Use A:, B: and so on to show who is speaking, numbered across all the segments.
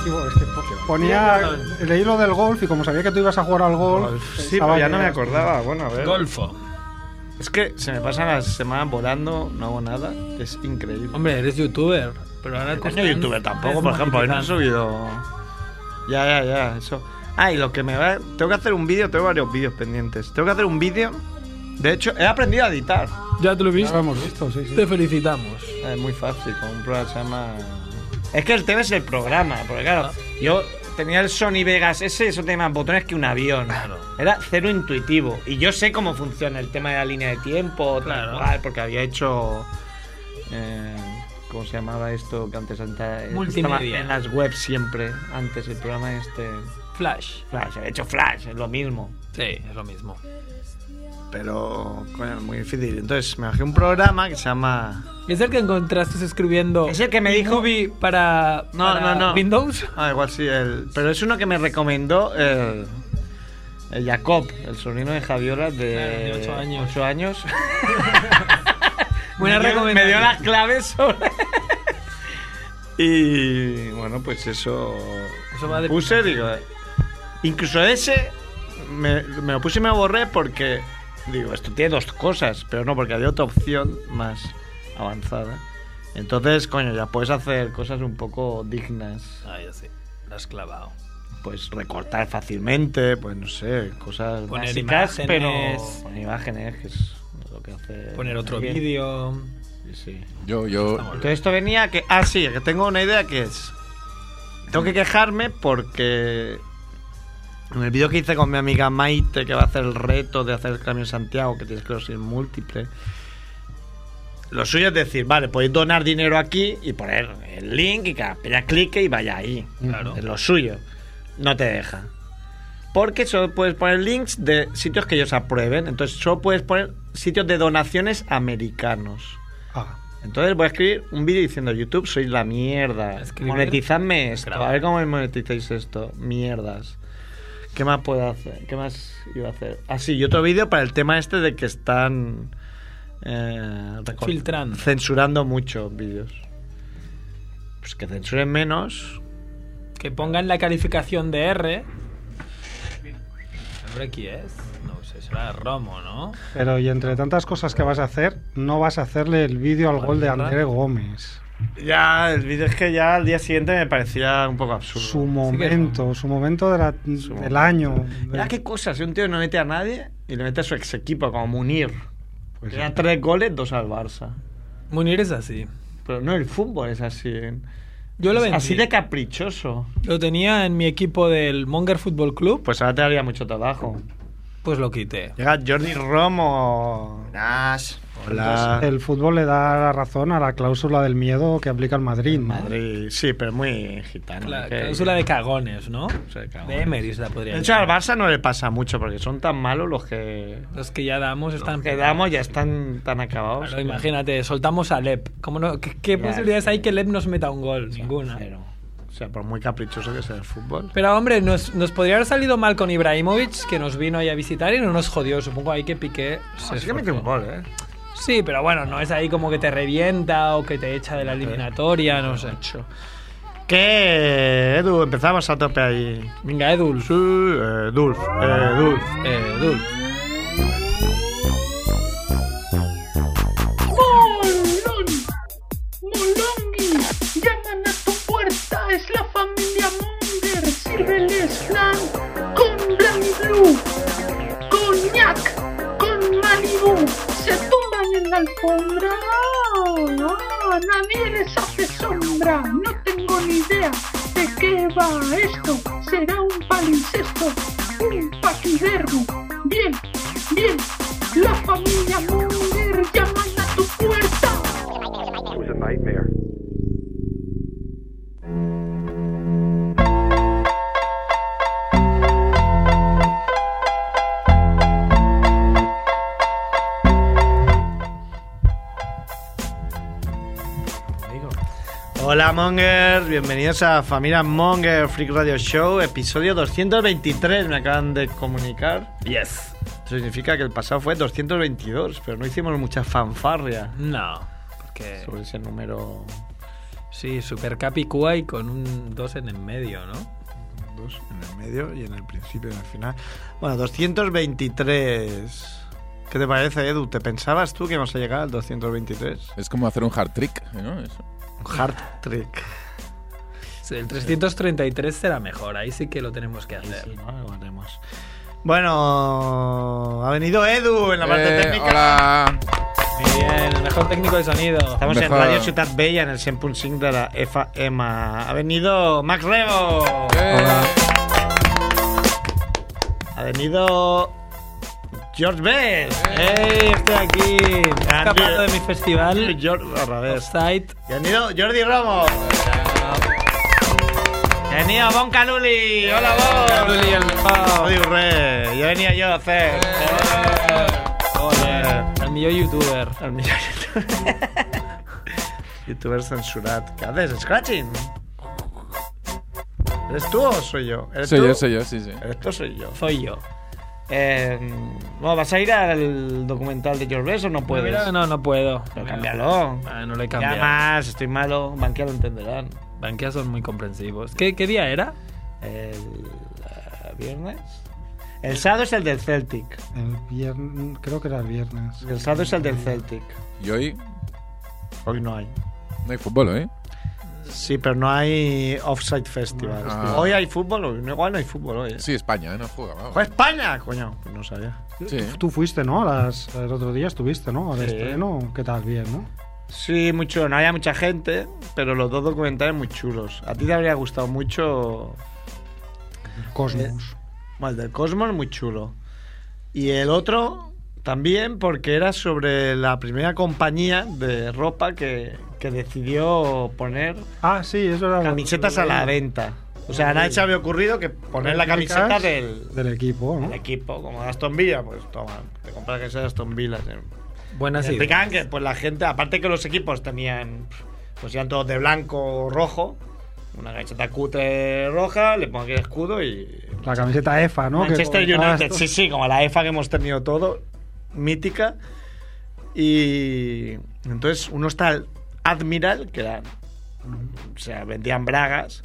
A: equivoco, es que ponía. Leí lo del golf y como sabía que tú ibas a jugar al golf.
B: Sí, pero ya no me acordaba. Bueno, a ver.
C: Golfo.
B: Es que se me pasan las semanas volando, no hago nada. Es increíble.
C: Hombre, eres youtuber. Pero ahora te
B: Coño,
C: están-
B: youtuber tampoco,
C: eres
B: por ejemplo, hoy no he
C: monetizando.
B: subido. Ya, ya, ya, eso. Ah, y lo que me va. Tengo que hacer un vídeo, tengo varios vídeos pendientes. Tengo que hacer un vídeo. De hecho, he aprendido a editar.
C: Ya te lo
A: Ya lo
C: viste.
A: hemos visto, sí, sí.
C: Te felicitamos.
B: Ah, Es muy fácil, con un programa que se llama. Es que el tema es el programa, porque claro,
C: Ah.
B: yo tenía el Sony Vegas ese, eso tenía más botones que un avión. Era cero intuitivo. Y yo sé cómo funciona el tema de la línea de tiempo, tal
C: Claro.
B: cual, porque había hecho. eh, ¿Cómo se llamaba esto que antes anta- estaba
C: Multimedia.
B: en las webs siempre? Antes el programa este.
C: Flash.
B: Flash, había hecho Flash, es lo mismo.
C: Sí, es lo mismo.
B: Pero, coño, es muy difícil. Entonces me bajé un programa que se llama
C: ¿Es el que encontraste escribiendo?
B: Es el que me dijo-
C: Ruby para,
B: No,
C: para
B: no, no.
C: Windows?
B: Ah, igual sí, el- pero es uno que me recomendó el, el Jacob, el sobrino de Javiola de,
C: Claro, de ocho años.
B: ocho años.
C: Buena
B: me, dio-
C: recomendación.
B: me dio las claves sobre- Y bueno, pues eso,
C: Eso va de-
B: puse, digo, incluso ese me, me lo puse y me lo borré porque digo, esto tiene dos cosas, pero no, porque había otra opción más avanzada. Entonces, coño, ya puedes hacer cosas un poco dignas
C: Ah, ya sé. Lo has clavado.
B: pues recortar fácilmente, pues no sé, cosas
C: Poner
B: básicas,
C: imágenes.
B: pero poner imágenes, que es lo que hace
C: Poner otro
B: alguien.
C: vídeo.
B: Sí, sí.
D: Yo, yo.
C: Está muy bien.
B: Entonces esto venía que ah sí, que tengo una idea que es tengo que quejarme porque en el vídeo que hice con mi amiga Maite que va a hacer el reto de hacer el cambio en Santiago, que tienes que conseguir múltiple. Lo suyo es decir, vale, podéis donar dinero aquí y poner el link y que la peña clique y vaya ahí.
C: Claro.
B: Es lo suyo. No te deja. Porque solo puedes poner links de sitios que ellos aprueben. Entonces solo puedes poner sitios de donaciones americanos.
A: Ah,
B: Entonces voy a escribir un vídeo diciendo YouTube sois la mierda.
C: Escribir,
B: Monetizadme esto.
C: grabar.
B: A ver cómo monetizáis esto. Mierdas. ¿Qué más puedo hacer? ¿Qué más iba a hacer? Ah, sí, y otro vídeo para el tema este de que están eh, recor-
C: Filtrando.
B: Censurando mucho vídeos. Pues que censuren menos.
C: Que pongan la calificación de R. ¿R aquí es? No sé, será Romo, ¿no?
A: Pero y entre tantas cosas que vas a hacer, no vas a hacerle el vídeo al gol de André Gómez.
B: Ya, el vídeo es que ya al día siguiente me parecía un poco absurdo.
A: Su momento, su momento de la- del año.
B: Mira qué cosas, un tío no mete a nadie y le mete a su ex equipo, como Munir.
A: Pues
B: Que
A: sí.
B: da tres goles, dos al Barça.
C: Munir es así.
B: Pero no, el fútbol es así. ¿eh?
C: Yo lo vendí.
B: Así de caprichoso.
C: Lo tenía en mi equipo del Monger Football Club,
B: Pues ahora te haría mucho trabajo.
C: pues lo quité.
B: Llega Jordi Romo.
D: Buenas.
B: Hola.
A: El fútbol le da la razón a la cláusula del miedo que aplica el Madrid. ¿no?
B: Madrid. Sí, pero muy gitano. ¿eh?
C: La
B: que-
C: cláusula de cagones, ¿no?
B: O sea, cabrón.
C: De Emery se la podría
B: De hecho, al
C: llamar.
B: Barça no le pasa mucho porque son tan malos los que.
C: Los que ya damos están...
B: Los que damos ya están tan acabados.
C: Claro, imagínate, soltamos a Lep. ¿Cómo no? ¿Qué, qué
B: Ya,
C: posibilidades
B: sí.
C: hay que Lep nos meta un gol?
B: O sea,
C: Ninguna.
B: cero. O sea, por muy caprichoso que sea el fútbol.
C: Pero hombre, nos, nos podría haber salido mal con Ibrahimovic, que nos vino ahí a visitar y no nos jodió. Supongo ahí que Piqué se
B: Así Ah, que
C: esforzó.
B: mete un gol, ¿eh?
C: Sí, pero bueno, no es ahí como que te revienta o que te echa de la eliminatoria, no sé.
B: ¿Qué? Edu, empezamos a tope ahí.
C: Venga, Edul.
B: Sí, eh, Dulf, eh, Dulf.
C: Edul.
E: ¡Molón! ¡Molongi! ¡Llaman a tu puerta! ¡Es la familia Munger! ¡Sírveles flan con Blanc Blue! ¡Coñac! ¡Con Malibu! ¡Se tumban en la alfombra! ¡Ah! ¡Ah! ¡Nadie les hace sombra! ¡No tengo ni idea de qué va esto! ¡Será un palincesto! ¡Un paquidermo! ¡Bien! ¡Bien! ¡La familia Munger llaman a tu puerta!
B: Hola Mongers, bienvenidos a Familia Monger Freak Radio Show, episodio 223, me acaban de comunicar.
C: Yes.
B: Eso significa que el pasado fue 222, pero no hicimos mucha fanfarria
C: No, porque
B: sobre ese número
C: Sí, super capicúa y con un 2 en el medio, ¿no?
B: Dos en el medio y en el principio y en el final. Bueno, 223. ¿Qué te parece, Edu? ¿Te pensabas tú que íbamos a llegar al 223?
D: Es como hacer un hard trick, ¿no? Eso.
B: Un hard trick.
C: Sí, El 333 será mejor, ahí sí que lo tenemos que hacer.
B: Sí, no, lo haremos. Bueno, ha venido Edu en la parte
D: Eh,
B: técnica.
D: Hola.
C: Muy bien, el mejor técnico de sonido.
B: Estamos
D: Mejor.
B: en Radio Ciudad Bella, en el 100.5 de la FM. Ha venido Max Rebo.
D: Eh,
B: Ha venido George Bell. ¡Ey! Estoy aquí.
C: Escapando de mi festival,
B: George, otra vez.
C: Offside.
B: Y ha venido Jordi Ramos. Y ha venido Bon Caluli. Hola, Bon.
D: Caluli, el mejor.
B: Jordi Urre. Yo venía yo a hacer. Joder.
C: El millor youtuber.
B: Eh, El millor youtuber. youtuber censurat. Què haces? Scratching? ¿Eres tú o soy yo? ¿Eres
D: Soy
B: tú?
D: yo, soy yo, sí, sí.
B: ¿Eres tú o soy yo?
C: Soy yo.
B: Eh, bueno, ¿vas a ir al documental de George o no puedes?
C: Mira, No, no puedo.
B: Pero cámbialo.
C: Ah, no le he
B: Ya
C: cambiado.
B: más, estoy malo. Banquea lo entenderán.
C: Banqueas son muy comprensivos. ¿Qué, qué día era?
B: El eh, viernes. El sábado es el del Celtic.
A: El viernes, creo que era el viernes.
B: El sábado es el del Celtic.
D: Y hoy
B: Hoy no hay.
D: no hay fútbol, ¿eh?
B: Sí, pero no hay Offside Festival.
D: Ah.
B: Hoy hay fútbol, hoy no- igual no hay fútbol hoy. ¿eh?
D: Sí, España, ¿eh? No juega, vamos.
B: ¡Joder, España! Coño, no sabía.
D: Sí.
A: Tú fuiste, ¿no? A las- el otro día estuviste, ¿no? Al
B: Sí.
A: estreno, ¿qué tal? Bien, ¿no?
B: Sí, mucho, no había mucha gente, pero los dos documentales muy chulos. A ti te habría gustado mucho. Eh,
A: Cosmos.
B: Bueno, el del Cosmos, muy chulo. Y el otro también, porque era sobre la primera compañía de ropa que, que decidió poner
A: Ah, sí, eso era.
B: camisetas a la venta. O sea, a nadie se había ocurrido que poner la camiseta del,
A: Del equipo, ¿no?
B: del equipo, como de Aston Villa, pues toma, te compras que sea de Aston Villa. sí.
C: Buenas
B: Me
C: ideas.
B: explicaban que pues la gente, aparte que los equipos tenían, pues eran todos de blanco o rojo, una camiseta cutre roja, le pongo aquí el escudo y...
A: La camiseta EFA, ¿no? Que
B: Manchester
A: comentabas
B: United,
A: tú.
B: sí, sí, como la EFA que hemos tenido todo, mítica. Y entonces uno está el Admiral, que era, o sea, vendían bragas,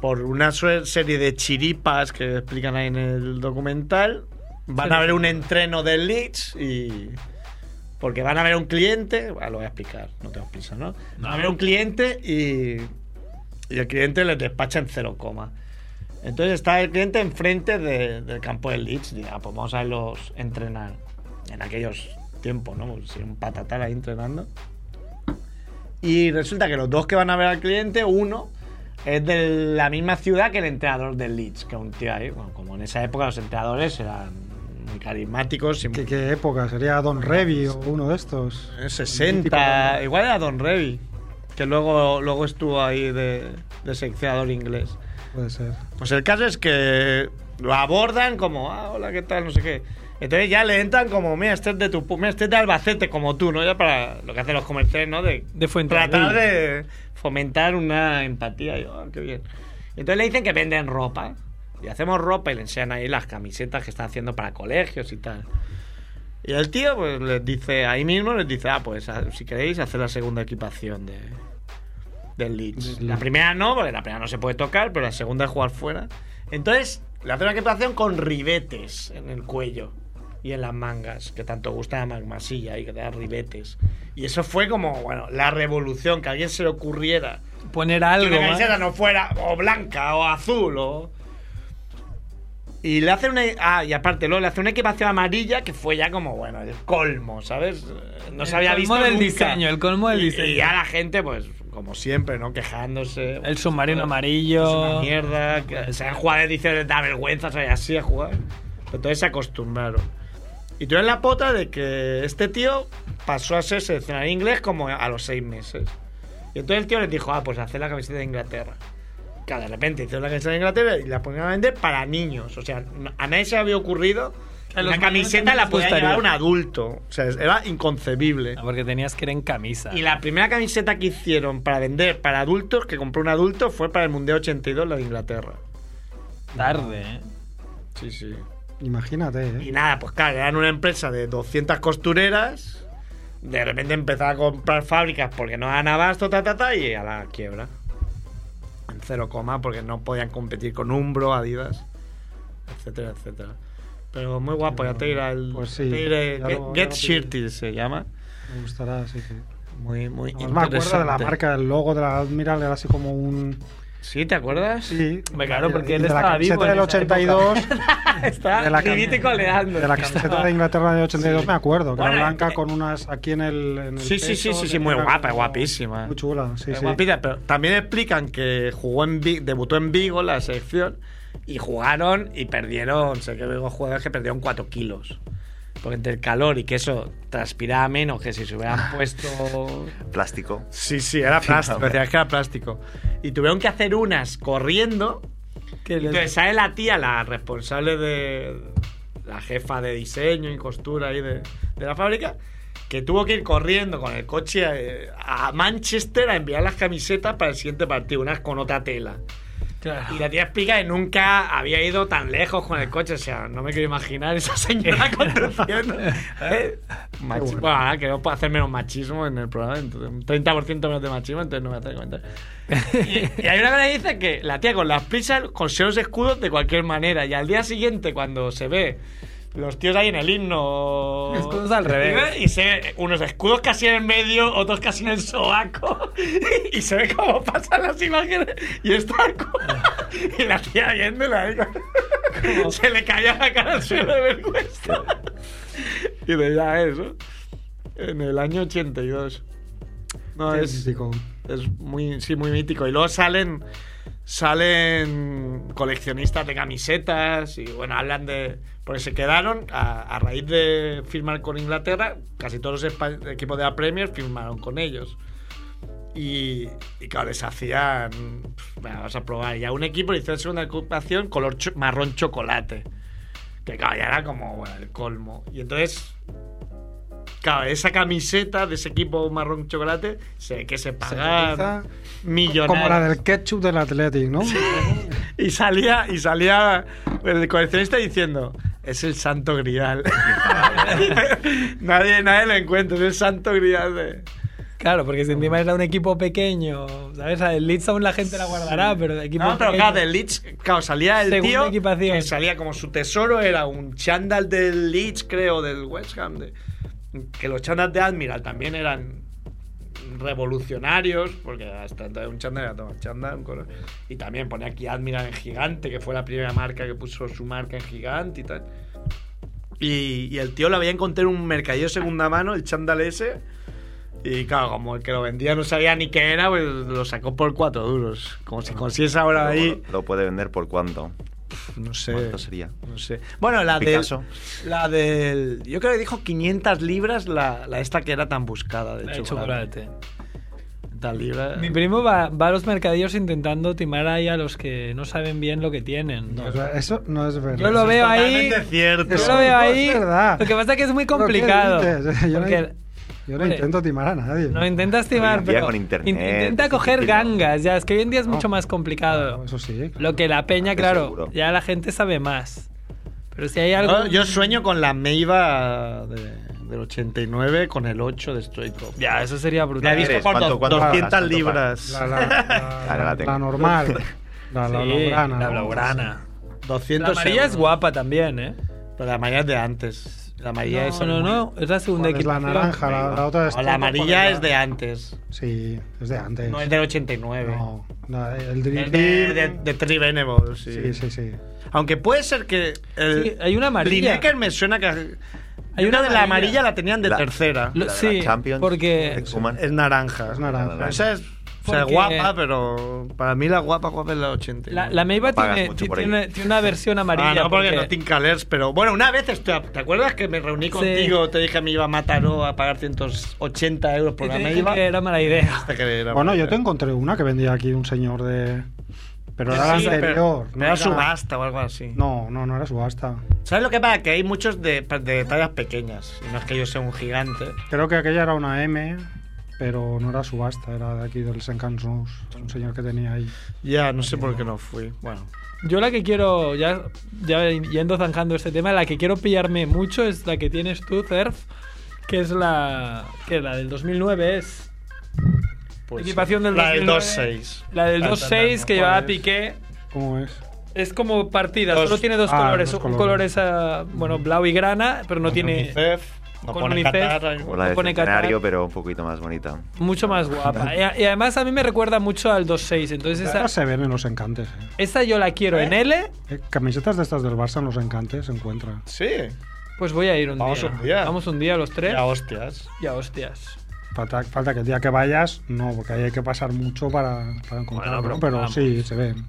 B: por una sue- serie de chiripas que explican ahí en el documental, van a ver un entreno del Leeds y... Porque van a ver un cliente, ah, lo voy a explicar, no tengo prisa, ¿no? Van a ver un cliente y, y el cliente les despacha en cero coma. Entonces está el cliente enfrente de- del campo del Leeds. Diga, pues vamos a verlos entrenar. En aquellos tiempos, ¿no? Pues, sí, un patatal ahí entrenando. Y resulta que los dos que van a ver al cliente, uno es de la misma ciudad que el entrenador del Leeds, que es un tío ahí. Bueno, como en esa época los entrenadores eran muy carismáticos, y
A: ¿Qué, qué época? ¿Sería Don Revy o uno de estos?
B: en 60, Eh, igual era Don Revy, que luego, luego estuvo ahí de, de seccionador inglés.
A: Puede ser.
B: Pues el caso es que lo abordan como, ah, hola, ¿qué tal? No sé qué. Entonces ya le entran como, mira, este es de, tu, pu- mira, este es de Albacete, como tú, ¿no? Ya para lo que hacen los comerciales, ¿no? De,
C: De Fuenterrabía.
B: tratar de fomentar una empatía. Y, "Ah, qué bien. Y entonces le dicen que venden ropa. ¿eh? Y hacemos ropa y le enseñan ahí las camisetas que están haciendo para colegios y tal. Y el tío, pues les dice, ahí mismo les dice, ah, pues a- si queréis, hacer la segunda equipación de, del Leeds. La primera no, porque la primera no se puede tocar, pero la segunda es jugar fuera. Entonces, le hace una equipación con ribetes en el cuello y en las mangas, que tanto gusta a Magmasilla y que te da ribetes. Y eso fue como, bueno, la revolución, que a alguien se le ocurriera
C: Poner
B: que
C: algo
B: la
C: más.
B: camiseta no fuera o blanca o azul o... Y le hace una... Ah, y aparte, luego le hace una equipación amarilla que fue ya como, bueno, el colmo, ¿sabes? No se
C: El
B: había
C: colmo
B: visto
C: del
B: nunca.
C: diseño, el colmo del
B: Y- Y
C: diseño.
B: ya la gente, pues, como siempre, ¿no? Quejándose. pues,
C: El submarino
B: Es una
C: amarillo.
B: mierda. que- o sea, jugadores dicen, da vergüenza, o sea, así a jugar. Entonces se acostumbraron. Y tú en la pota de que este tío pasó a ser seleccionador inglés como a los seis meses. Y entonces el tío les dijo, ah, pues hacer la camiseta de Inglaterra. Que de repente hicieron la camiseta de Inglaterra y la ponían a vender para niños. O sea, n- a nadie se le había ocurrido
C: Que
B: que
C: los
B: la
C: mayores
B: camiseta
C: también
B: la
C: les
B: podía
C: gustaría.
B: llevar un adulto. O sea, es- era inconcebible.
C: Ah, Porque tenías que ir en camisa.
B: Y la primera camiseta que hicieron para vender para adultos, que compró un adulto, fue para el Mundial 82, la de Inglaterra.
C: Tarde, ¿eh?
B: Sí, sí.
A: Imagínate,
B: Y
A: ¿eh?
B: nada, pues claro, eran una empresa de 200 costureras de repente empezó a comprar fábricas porque no dan abasto, ta, ta, ta, y a la quiebra. En cero coma, porque no podían competir con Umbro, Adidas, etcétera, etcétera. Pero muy guapo, ya te irá el.
A: Pues sí,
B: te iré-
A: ya
B: Get,
A: lo- ya
B: Get
A: lo pillaré.
B: Shirty se llama.
A: Me gustará, sí, sí.
B: Muy, muy
A: Además, me acuerdo de la
B: interesante.
A: marca, el logo de la Admiral era así como un.
B: ¿Sí? ¿Te acuerdas?
A: Sí.
C: Hombre, claro, porque
A: Y
C: él
A: de la
C: estaba vivo
A: camiseta
C: en
A: del
C: esa
A: 82,
C: Está
A: de la cam-
C: vivito y coleando.
A: de la camiseta de Inglaterra del 82, me acuerdo, que
B: Bueno,
A: era blanca
B: eh,
A: con unas aquí en el. en el
B: Sí, sí, sí,
A: pecho,
B: sí, sí,
A: tenía
B: muy
A: una
B: guapa,
A: como-
B: guapísima.
A: Muy chula, sí,
B: Es
A: sí.
B: guapita, pero también explican que jugó en Vi- debutó en Vigo la selección y jugaron y perdieron, sé que veo jugadores que perdieron 4 kilos. Porque entre el calor y que eso transpiraba menos que si se hubieran
A: Ah.
B: puesto...
F: Plástico.
B: Sí, sí, era plástico,
F: hombre.
B: decían que era plástico. Y tuvieron que hacer unas corriendo
C: Que les-
B: entonces sale la tía, la responsable de la jefa de diseño y costura ahí de, de la fábrica, que tuvo que ir corriendo con el coche eh, a, Manchester a enviar las camisetas para el siguiente partido, unas con otra tela.
C: Claro.
B: Y la tía explica que nunca había ido tan lejos con el coche, o sea, no me quiero imaginar esa señora conduciendo. ¿eh? Machi- bueno, ahora que no puedo hacer menos machismo en el programa, entonces, un 30% menos de machismo, entonces no me hace comentar. Y, y hay una cosa que dice que la tía con las prisas consiguió los escudos de cualquier manera. Y al día siguiente, cuando se ve los tíos ahí en el himno. ¿eh?
C: Escudos al revés.
B: Y se ve unos escudos casi en el medio, otros casi en el sobaco. Y se ve cómo pasan las imágenes. Y está. Y la tía viéndola. ahí con- Se le caía la cara al suelo de vergüenza. Y de ya eso. En el año 82. No,
A: Qué
B: es.
A: mítico.
B: Es muy, sí, muy mítico. Y luego salen, salen coleccionistas de camisetas y bueno, hablan de... Porque se quedaron, a, a raíz de firmar con Inglaterra, casi todos los espa- equipos de la Premier firmaron con ellos. Y, y claro, les hacían... pf, venga, vas a probar. Y a un equipo le hicieron segunda ocupación color cho- marrón chocolate. Que claro, ya era como bueno, el colmo. Y entonces Claro, esa camiseta de ese equipo marrón chocolate, sé que se pagan
A: Esa- Como la
B: millonarios.
A: del ketchup del Athletic, ¿no?
B: Y salía, y salía el coleccionista diciendo, es el santo grial. nadie, nadie lo encuentra, es el santo grial de...
C: Claro, porque si encima era un equipo pequeño, ¿sabes? El Leeds aún la gente la guardará, pero de equipo
B: No, pero
C: pequeño-
B: claro, del Leeds, claro, salía el
C: Segunda
B: tío
C: equipación.
B: que salía como su tesoro era un chándal del Leeds, creo, del West Ham. de- que los chándals de Admiral también eran revolucionarios, porque hasta entonces un chándal era todo un chándal. un color. Y también ponía aquí Admiral en gigante, que fue la primera marca que puso su marca en gigante y tal. Y, y el tío lo había encontrado en un mercadillo de segunda mano, el chándal ese. Y claro, como el que lo vendía no sabía ni qué era, pues lo sacó por cuatro duros. Como si consigues ahora ahí,
F: Lo, lo puede vender por cuánto.
B: no sé.
F: ¿Cuánto sería?
B: No sé. Bueno, la del,
F: Picasso.
B: la del. Yo creo que dijo 500 libras la, la esta que era tan buscada de
C: La de
B: chocolate.
C: chocolate.
B: Tal libra.
C: Mi primo va, va a los mercadillos intentando timar ahí a los que no saben bien lo que tienen.
A: No, Eso no es verdad.
C: Yo lo veo ahí.
B: Totalmente cierto.
C: Yo
A: Eso
C: lo veo
A: no
C: ahí.
A: es verdad.
C: Lo que pasa es que es muy
A: ¿Pero qué
C: complicado.
A: dices? Yo no-
C: porque
A: Yo no
C: Hombre.
A: intento timar a nadie.
C: no intentas timar,
F: en día
C: pero
F: con internet,
C: in- intenta
F: es
C: coger
F: difícil, ¿no?
C: gangas. Ya, es que hoy en día es mucho
A: No.
C: más complicado.
A: No, Eso sí. claro.
C: Lo que la peña,
F: Ah,
C: claro,
F: seguro.
C: ya la gente sabe más. Pero si hay algo.
B: No, yo sueño con la Meiva de- del 89 con el 8 de Straight Cop.
C: Ya, eso sería
B: La he
C: brutal.
B: visto
F: ¿Eres?
B: por
F: ¿Cuánto-
B: do-
F: cuánto
B: 200
F: pagas? ¿Cuánto
B: libras.
A: La, la, la,
F: Ahora la tengo.
A: la normal. La, la
C: Sí,
A: blaugrana,
C: La
A: ¿no?
C: blaugrana. La
B: 200
C: amarilla
B: euros.
C: es guapa también, ¿eh?
B: Pero la amarilla es de antes. La amarilla es.
C: No, no, no. Es la segunda
A: ¿Cuál es la
C: equipación.
A: naranja, la, la otra es.
B: No, la amarilla es de antes.
A: Sí, es de antes.
B: No es del 89.
A: No, no, el
B: Es
A: Dream
B: de, de,
A: Team-
B: de Three Venables,
A: Sí, sí, sí.
B: Aunque puede ser que. El
C: Sí, hay una amarilla.
B: Lineker me suena que.
C: Hay
B: Hay una,
C: una
B: de la
C: amarilla.
B: amarilla la tenían de
F: La-
B: tercera.
C: Lo-
F: La de
C: sí,
F: la Champions.
C: porque.
F: de Koeman.
B: Es naranja.
A: Es naranja.
F: Naranja.
B: Esa es. O sea,
C: Porque-
B: guapa, pero para mí la guapa guapa es la 80.
C: La, la Meiba
F: Pagas
C: tiene,
F: mucho
C: ti-
F: por ahí.
C: tiene, tiene una versión amarilla.
B: Ah, no, porque no Tinkalers, pero bueno, una vez, estu- ¿te acuerdas que me reuní contigo? Te dije que me iba a Mataró a pagar 180 euros por
C: y
B: la
C: te dije
B: Meiba.
C: que era mala idea.
B: Hasta que era
A: Bueno, yo
B: mala.
A: te encontré una que vendía aquí un señor de. Pero era la
B: Sí,
A: anterior.
B: pero era subasta o algo así.
A: No, no, no era subasta.
B: ¿Sabes lo que pasa? Que hay muchos de, de tallas pequeñas. Y no es que yo sea un gigante.
A: Creo que aquella era una M, pero no era subasta, era de aquí del Senkan Rose, un señor que tenía ahí.
B: Ya, no sé por qué no fui. Bueno.
C: Yo la que quiero, ya, ya yendo zanjando este tema, la que quiero pillarme mucho es la que tienes tú, Cerf, que es la. que la del 2009 es.
B: Pues
C: Equipación del
B: La del
C: 2009.
B: 2-6.
C: La del
B: Tan, tan,
C: 2.6
B: tan,
C: que
B: ¿no?
C: llevaba
B: ¿Cuál es?
C: Piqué.
A: ¿Cómo es?
C: Es como partida,
B: Dos-
C: solo tiene dos
A: ah,
C: colores.
A: dos
C: Un
A: colores.
C: color es ah, bueno, blau y grana, pero no tiene.
B: UNICEF, no
C: con
B: pone
C: UNICEF.
B: Qatar,
F: O la
C: Lo
F: de
C: pone
F: centenario,
C: Qatar.
F: pero un poquito más bonita.
C: Mucho más guapa. Y, a- y además a mí me recuerda mucho al 2.6. Entonces
A: Estas
C: esa,
A: se ven en los encantes. eh.
C: esa yo la quiero en L,
A: Eh, Camisetas de estas del Barça en los encantes se encuentran.
B: Sí.
C: pues voy a ir un
B: Vamos
C: día.
B: un día.
C: Vamos un día los tres.
B: Ya, hostias.
C: Ya, hostias.
A: Falta, falta que el día que vayas, no, porque ahí hay que pasar mucho para, para encontrarlo.
B: pero
A: pero sí, se ven.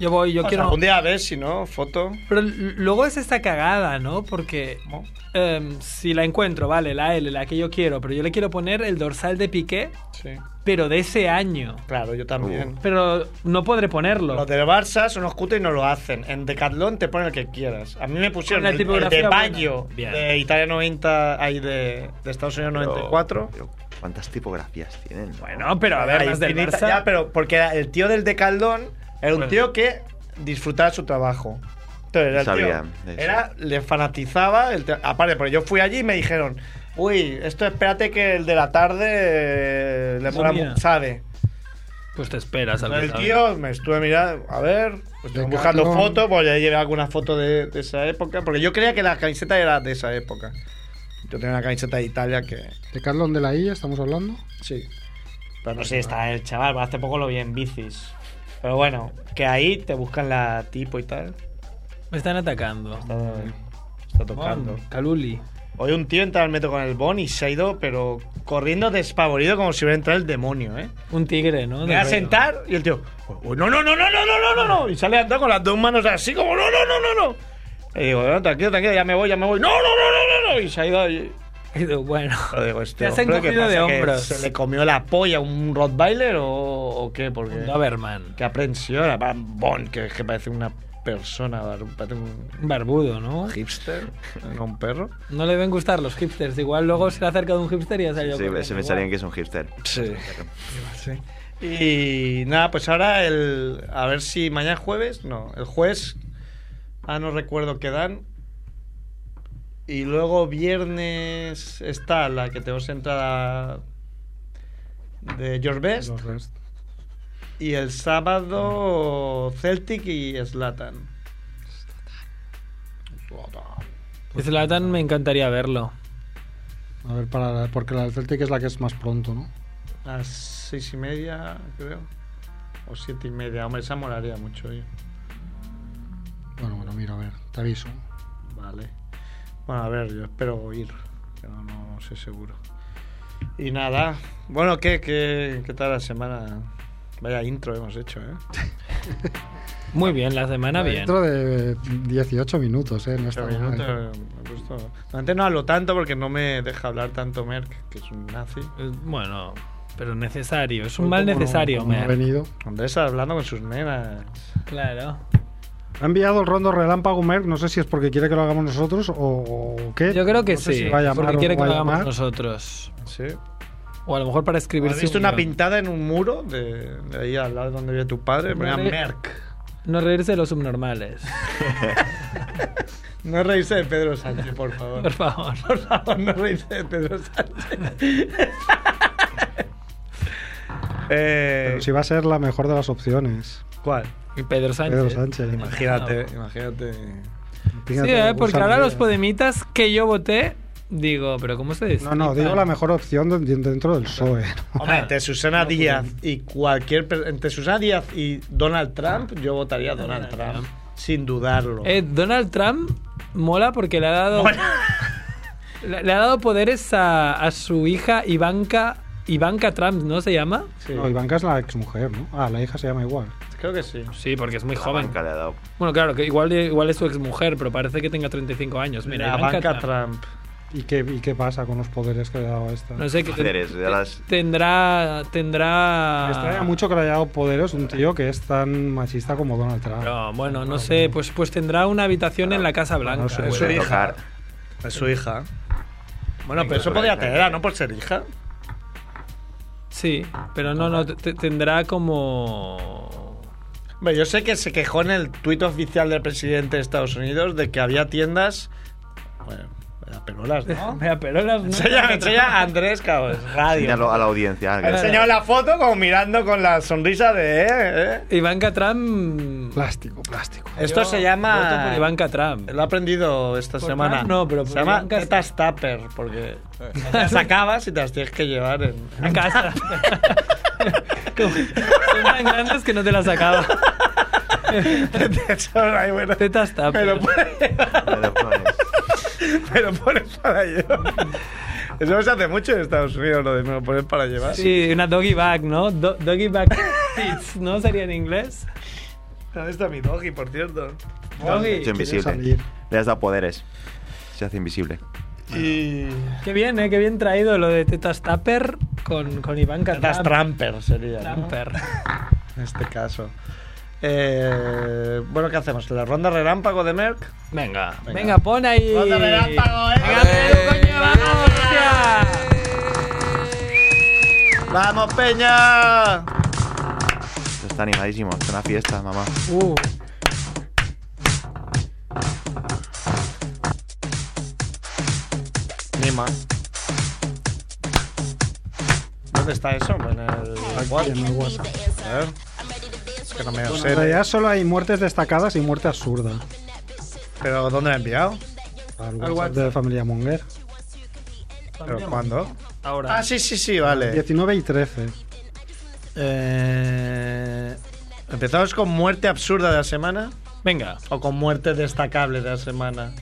C: Yo voy, yo
B: O sea,
C: quiero.
B: un día ves, si no, foto.
C: Pero l- luego es esta cagada, ¿no? Porque
B: ¿no?
C: em, si la encuentro, vale, la L, la que yo quiero, pero yo le quiero poner el dorsal de Piqué,
B: Sí.
C: pero de ese año.
B: Claro, yo también.
C: Pero no podré ponerlo.
B: Los de Barça son oscuros y no lo hacen. En Decathlon te ponen el que quieras. A mí me pusieron
C: Una
B: el, el
C: tipografía
B: de
C: buena.
B: Bayo
C: Bien.
B: de Italia 90, ahí de, de Estados Unidos
F: Pero-
B: 94.
F: pero ¿Cuántas tipografías tienen? no?
C: Bueno, pues pero a ver,
B: Hay
C: las del
B: infinita-
C: Barça. Pues.
B: Ya, pero porque era el tío del Decathlon era un
C: Bueno.
B: tío que disfrutaba su trabajo. Entonces, era el
F: Sabía
B: tío-
F: de eso.
B: era- le fanatizaba. el tra- aparte, porque yo fui allí y me dijeron, uy, esto espérate que el de la tarde eh, le
C: Eso
B: mola
C: mira.
B: mu- sabe.
C: Pues te esperas al
B: El
C: final.
B: tío me estuve mirando, a ver, pues estoy buscando
A: Decathlon.
B: fotos, pues ya llevé alguna foto de, de esa época, porque yo creía que la camiseta era de esa época. Yo tenía una camiseta de Italia que...
A: ¿De Carlón de la Illa estamos hablando?
B: Sí. Pero no sé, está el chaval, hace poco lo vi en bicis. Pero bueno, que ahí te buscan la tipo y tal.
C: Me están atacando.
B: Está, Ah. está tocando.
C: Bon, Caluli.
B: Hoy un tío entra al metro con el Bon y se ha ido, pero corriendo despavorido como si hubiera entrado el demonio, ¿eh?
C: Un tigre, ¿no?
B: Me voy a sentar y el tío, "Uy, no, no, no, no, no, no, no, no, no. Y sale andando con las dos manos así como, no, no, no, no, no. Y digo, no, tranquilo, tranquilo, ya me voy, ya me voy. No, no, no, no, no, no. Y se ha ido. y-
C: Y digo, Bueno.
B: Yo digo, este
C: Ya se han
B: hombre, ¿qué
C: cogido
B: pasa?
C: de
B: ¿Que
C: hombros.
B: ¿Se le comió la polla a un Rottweiler o, o qué? Porque,
C: Un Doberman.
B: qué aprensión. a Bon, que, que parece una persona, parece un
C: Un Barbudo, ¿no?
B: hipster, no un perro.
C: No le deben gustar los hipsters. Igual luego será cerca de un hipster y ha salido.
F: Sí, se me salían que es un hipster.
B: Sí. Y nada, pues ahora el. A ver si mañana jueves. No, el jueves. Ah, no recuerdo qué dan. Y luego viernes está la que tenemos entrada de George Best.
A: Los rest.
B: Y el sábado Celtic y Slatan.
C: Zlatan me encantaría verlo.
A: A ver, para la- porque la del Celtic es la que es más pronto, ¿no?
B: A las seis y media, creo. O siete y media. Hombre, esa molaría mucho. oye.
A: Bueno, bueno, mira, a ver, te aviso.
B: Vale. Bueno, a ver, yo espero ir, pero no, no sé seguro. Y nada, bueno, ¿qué, qué, qué tal la semana? Vaya intro hemos hecho, ¿eh?
C: Muy bien, la semana bien.
A: Dentro de 18 minutos, ¿eh? No está
B: Ocho
A: mal.
B: minutos, me he puesto- Antes no hablo tanto porque no me deja hablar tanto Merck, que es un nazi.
C: Eh, Bueno, pero necesario. Es un
A: Hoy
C: mal
A: como no-
C: necesario,
A: como no ha
C: Mer.
A: venido.
B: Andrés está hablando con sus nenas.
C: Claro.
A: Ha enviado el rondo relámpago Merck, no sé si es porque quiere que lo hagamos nosotros o, o qué.
C: Yo creo que
A: No sé
C: sí.
A: si va a llamar
C: porque
A: o
C: quiere
A: no
C: que
A: va
C: lo
A: a
C: hagamos
A: llamar.
C: nosotros.
B: Sí.
C: O a lo mejor para escribir.
B: ¿Has visto una pintada en un muro de, de ahí al lado donde vive tu padre? Ponía
C: Vale.
B: Merck.
C: No reírse de los subnormales.
B: No reírse de Pedro Sánchez, por favor.
C: Por favor.
B: Por favor, no reírse de Pedro Sánchez. eh,
A: Pero si va a ser la mejor de las opciones.
B: ¿Cuál?
C: Y Pedro Sánchez.
A: Pedro Sánchez.
B: Imagínate, imagínate.
A: Fíjate,
C: Sí, eh, porque
A: usa
C: ahora
A: el-
C: los podemitas que yo voté, digo, pero ¿cómo se dice?
A: No, no, digo la mejor opción de- dentro del PSOE.
B: Hombre, entre Susana Díaz y cualquier. per- Entre Susana Díaz y Donald Trump, yo votaría a Donald Trump. Sin dudarlo.
C: Eh, Donald Trump mola porque le ha dado, le, le ha dado poderes a, a su hija Ivanka, Ivanka Trump, ¿no se llama?
B: Sí,
A: No, Ivanka es la exmujer, ¿no? Ah, la hija se llama igual.
B: Creo que sí.
C: Sí, porque es muy
F: La
C: joven.
F: banca le ha dado.
C: Bueno, claro, que igual, igual es su exmujer, pero parece que tenga 35 años. Mira,
B: La
C: Ivanka
B: banca
C: Trump.
B: Trump.
A: ¿Y qué, ¿Y qué pasa con los poderes que le ha dado a esta?
C: No sé qué
F: Poderes, ya las-
C: tendrá
A: Me extraña
C: tendrá
A: mucho que le haya dado poderes un tío que es tan machista como Donald Trump.
C: No, bueno, no sé, pues pues tendrá una habitación en la Casa Blanca.
A: no sé.
F: Puede
B: su hija.
F: tocar.
B: Es su hija. Bueno, pero
F: Venga,
B: eso
F: por ahí,
B: podría
F: ahí,
B: tener,
F: ahí.
B: ¿no? Por ser hija.
C: Sí, pero no, no, te- tendrá como...
B: Hombre, yo sé que se quejó en el tuit oficial del presidente de Estados Unidos de que había tiendas. Bueno, era pelolas, ¿no?
C: Mira, pero las no.
G: Enseña, enseña a Andrés, cabrón. es Radio.
F: Enseñalo a la audiencia. ah, que-
G: Ha enseñado la foto como mirando con la sonrisa de. ¿eh? ¿eh?
C: Ivanka Trump.
A: Plástico, plástico.
B: Esto se llama.
C: Voto por Ivanka Trump.
B: Lo he aprendido esta
C: Por
B: semana.
C: Trump Pues no, pero
B: se
C: por
B: llama
C: Ivanka-
B: tetas tupper, porque
C: Eh.
B: las acabas y te las tienes que llevar en,
C: En casa. Como- Son tan grandes que no te las sacaba.
G: Eso, ay, bueno.
C: Tetas tap.
G: Me
H: pues-
G: lo pone,
F: me lo pones.
G: me lo pone para llevar. Eso se hace mucho en Estados Unidos, lo de me lo pones para llevar.
C: Sí, una doggy bag, ¿no? Do- doggy bag tits, ¿no? Sería en inglés.
G: ¿Dónde está mi doji, por cierto?
C: Doggy.
F: hecho invisible.
A: salir.
F: Le has dado poderes. Se hace invisible.
G: Y.
C: Qué bien, ¿eh? Qué bien traído lo de tetas tupper con, con Ivanka
B: Tetas
C: Trump.
B: tramper sería. ¿no?
C: Trumper.
B: En este caso. Eh, bueno, ¿qué hacemos? ¿La ronda relámpago de Merck?
C: Venga, venga. pon ahí.
G: Ronda relámpago, ¿eh?
C: Venga, Pedro, coño, vamos, hostia.
B: ¡Vamos, Peña!
F: Esto está animadísimo. Es una fiesta, mamá.
C: Uh.
B: Ni más. ¿Dónde está eso? En el
A: Aquí en el WhatsApp.
B: A ver. Es que no me lo
A: En
B: sé.
A: realidad solo hay muertes destacadas y muerte absurda.
G: ¿Pero dónde la he enviado?
A: Al
G: Al
A: WhatsApp de la familia Monger.
G: ¿Pero cuándo?
C: Ahora.
G: Ah, sí, sí, sí, vale.
A: 19 y 13.
B: Eh, ¿Empezamos con muerte absurda de la semana
C: Venga,
B: o con muerte destacable de la semana?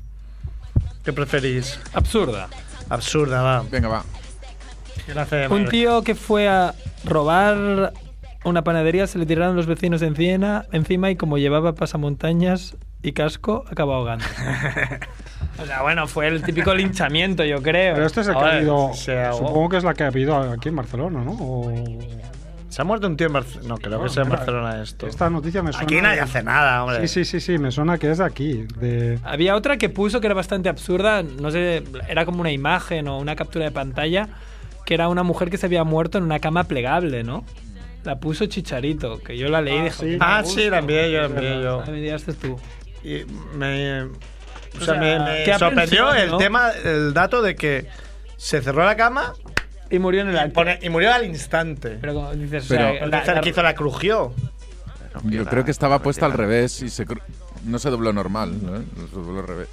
B: ¿Qué preferís?
C: absurda.
B: Absurda, va.
D: Venga, va.
B: ¿Quién hace de
C: Un
B: madre?
C: tío que fue a robar una panadería, se le tiraron los vecinos encima, encima y como llevaba pasamontañas y casco, acabó ahogando. o sea, bueno, fue el típico linchamiento, yo creo.
A: Pero este es el que
B: Ahora,
A: ha habido.
B: se ahogó.
A: Supongo que es la que ha habido aquí en Barcelona, ¿no? O-
B: Se ha muerto un tío en Barcelona. No, creo que sea en Barcelona esto.
A: Esta noticia me suena.
G: Aquí nadie hace nada, eh. hombre.
A: Sí, sí, sí, sí, me suena que es de aquí. De...
C: Había otra que puso que era bastante absurda, no sé, era como una imagen o una captura de pantalla, que era una mujer que se había muerto en una cama plegable, ¿no? La puso Chicharito, que yo la leí y dije,
A: sí.
B: Ah, sí, la envié yo, la envié yo.
C: "Ah, me tiraste tú.
B: Y me, o
C: sea,
B: sea, me, me
C: qué
B: sorprendió
C: aprensión,
B: el
C: ¿no?
B: tema, el dato de que se cerró la cama
C: Y murió en el
B: y,
C: acto.
B: pone- y murió al instante.
C: Pero como dices, o
D: Pero-
C: sea,
B: el
C: la-
B: tercer
C: la-
B: que hizo la crujió.
F: Bueno,
D: Yo
F: la-
D: creo que estaba
F: la-
D: puesta al
F: la-
D: revés y se cru- no se dobló normal, ¿no? No se dobló al revés.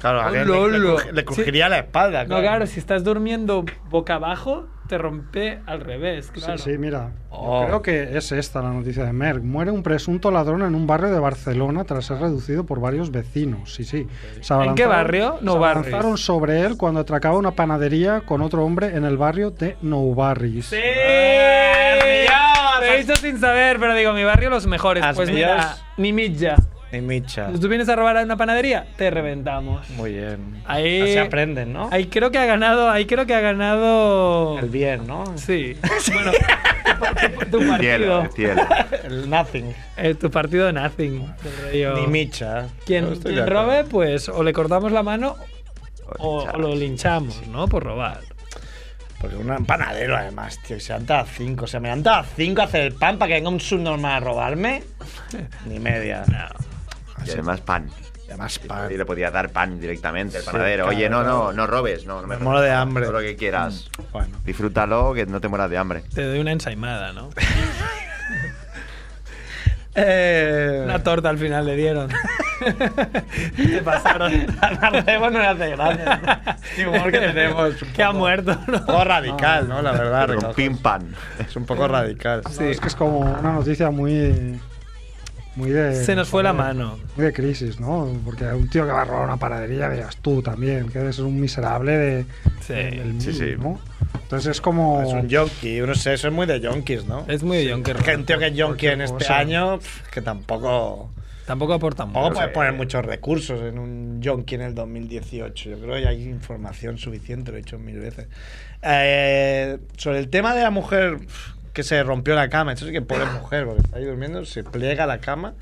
B: Claro, a ver, le, le
C: Lolo.
B: cruj- le crujiría la espalda.
C: No, claro, si estás durmiendo boca abajo, te rompe al revés, claro.
A: Sí, sí, mira. Yo
B: Oh.
A: Creo que es esta la noticia de Merck. Muere un presunto ladrón en un barrio de Barcelona tras ser reducido por varios vecinos. Sí, sí. Se
C: ¿En qué
A: abalanzaron-
C: barrio?
A: se
C: No barrio.
A: abalanzaron sobre él cuando atracaba una panadería con otro hombre en el barrio de Nou Barris.
C: ¡Sí! Lo he dicho sin saber, pero digo, mi barrio los mejores.
B: Has
C: Pues mira,
B: pillado.
C: ni milla.
B: Ni Micha.
C: Si tú vienes a robar a una panadería, te reventamos.
B: Ah. Muy bien.
C: Ahí-
B: Así aprenden, ¿no?
C: Ahí creo que ha ganado, ahí creo que ha ganado...
B: El bien, ¿no?
C: Sí. bueno, tu, tu- tu
F: El cielo,
C: partido.
F: el cielo.
B: El nothing.
C: Eh, tu partido nothing. del rollo.
B: Ni Micha. No
C: Quien,
B: estoy
C: quien
B: de acuerdo.
C: robe, pues o le cortamos la mano o,
F: Joder,
C: lo linchamos, ¿no? Por robar.
B: Porque un panadero, además, tío. que Se levanta a 5. Se me levanta a 5 a hacer el pan para que venga un subnormal a robarme. Ni media.
F: Y además pan.
B: Además,
F: Y
B: pan.
F: le podía dar pan directamente el
B: Sí,
F: panadero. Oye, no,
B: claro,
F: no,
B: claro.
F: no robes. No, no
B: Me
F: me
B: muero de hambre. Mm,
F: Todo lo que quieras.
B: Bueno.
F: Disfrútalo, que no te mueras de hambre.
C: Te doy una ensaimada, ¿no?
B: Eh,
C: Una torta al final le dieron. Te pasaron.
B: Narcebo no le hace gracia. Este humor que tenemos. un
C: que ha
B: poco-
C: muerto,
B: Un
C: ¿no?
B: poco radical, ¿no? La verdad, recojo.
F: Rompí un pan.
B: Ah, Es un poco radical.
A: No, Es que es como una noticia muy. Muy de.
C: Se nos fue la mano.
A: muy de crisis, ¿no? Porque un tío que va a robar una panadería, dirás tú también, que eres un miserable de.
C: Sí.
A: del
F: Sí, sí.
A: mundo, ¿no? Entonces es como.
B: Es un yonki, yo no sé, eso es muy de yonkis, ¿no?
C: Es muy bien que
B: Que un tío que es yonki en este
A: cosa.
B: año, pf, que tampoco.
C: Tampoco aporta mucho.
B: Tampoco puedes poner muchos recursos en un yonki en el 2018. Yo creo que hay información suficiente, lo he hecho mil veces. Eh, sobre el tema de la mujer pf, que se rompió la cama, esto sí que pobre mujer, porque está ahí durmiendo, se pliega la cama.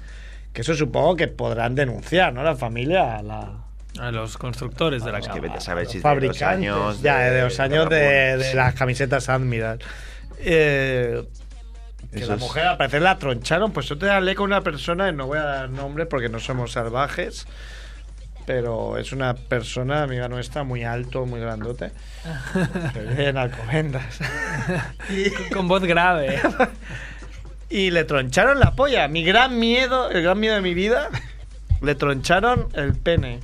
B: Que eso supongo que podrán denunciar, ¿no? La familia, a la.
C: A los constructores de la
F: Es que
C: cama.
F: vete a saber si es de dos
B: fabricantes.
F: años.
B: ya, eh, de dos años de,
F: Ramón.
B: de las camisetas Admiral. Eh, que
F: Eso
B: la
F: es-
B: mujer al parecer la troncharon. Pues yo te hablé con una persona, y no voy a dar nombres porque no somos salvajes. pero es una persona, amiga nuestra, muy alto, muy grandote. que vive en Alcobendas.
C: Con voz grave.
B: Y le troncharon la polla. Mi gran miedo, el gran miedo de mi vida, le troncharon el pene.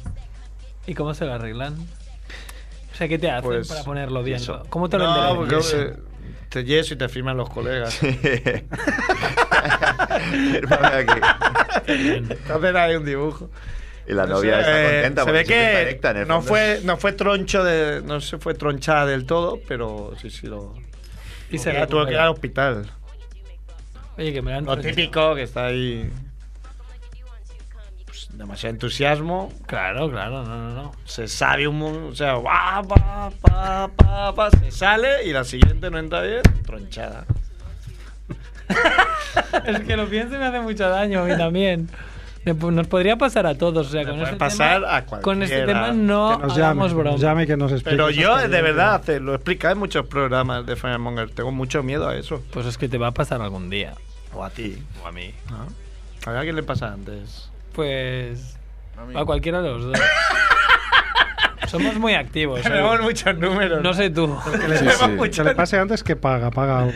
C: ¿Y cómo se lo arreglan? O sea, ¿qué te hacen
B: Pues,
C: para ponerlo bien?
B: yeso.
C: ¿Cómo te lo
B: No,
C: enderezan?
B: porque, eh, te yeso y te firman los colegas.
F: Fírmame aquí.
B: Entonces hay un dibujo.
F: Y la novia está
B: Eh,
F: contenta
B: se
F: porque
B: ve
F: siempre está
B: que
F: erecta en el
B: no
F: fondo.
B: fue no fue troncho de no se fue tronchada del todo pero sí sí lo
C: y se
B: Ya tuvo que ir al
C: recupera.
B: hospital
C: Oye, que me lo han
B: lo
C: tronchado.
B: típico que está ahí pues, demasiado entusiasmo
C: Claro, claro, no, no, no.
B: se sabe un mon- o sea va, va, va, va, va, se sale y la siguiente no entra bien tronchada
C: Es que lo pienso y me hace mucho daño a mí también. Me pu- Nos podría pasar a todos, o sea, con
B: puede
C: este
B: pasar
C: tema,
B: a cualquiera.
C: Con este tema no
A: Que
C: hagamos
A: nos llame, que
C: broma.
A: nos llame y que nos explique.
B: pero
A: esa
B: yo de
A: experiencia.
B: verdad te lo he explicado en muchos programas de Firemonger tengo mucho miedo a eso
C: Pues es que te va a pasar algún día.
B: o a ti o a mí a ver a quién le pasa antes
C: Pues
B: Ah,
D: A mí.
C: a cualquiera de los dos. Somos muy activos. ¿eh?
B: tenemos muchos números
C: No sé tú.
D: Sí,
B: Tenemos
D: sí.
A: Que
B: muchos
A: le pase antes que paga, paga. algo.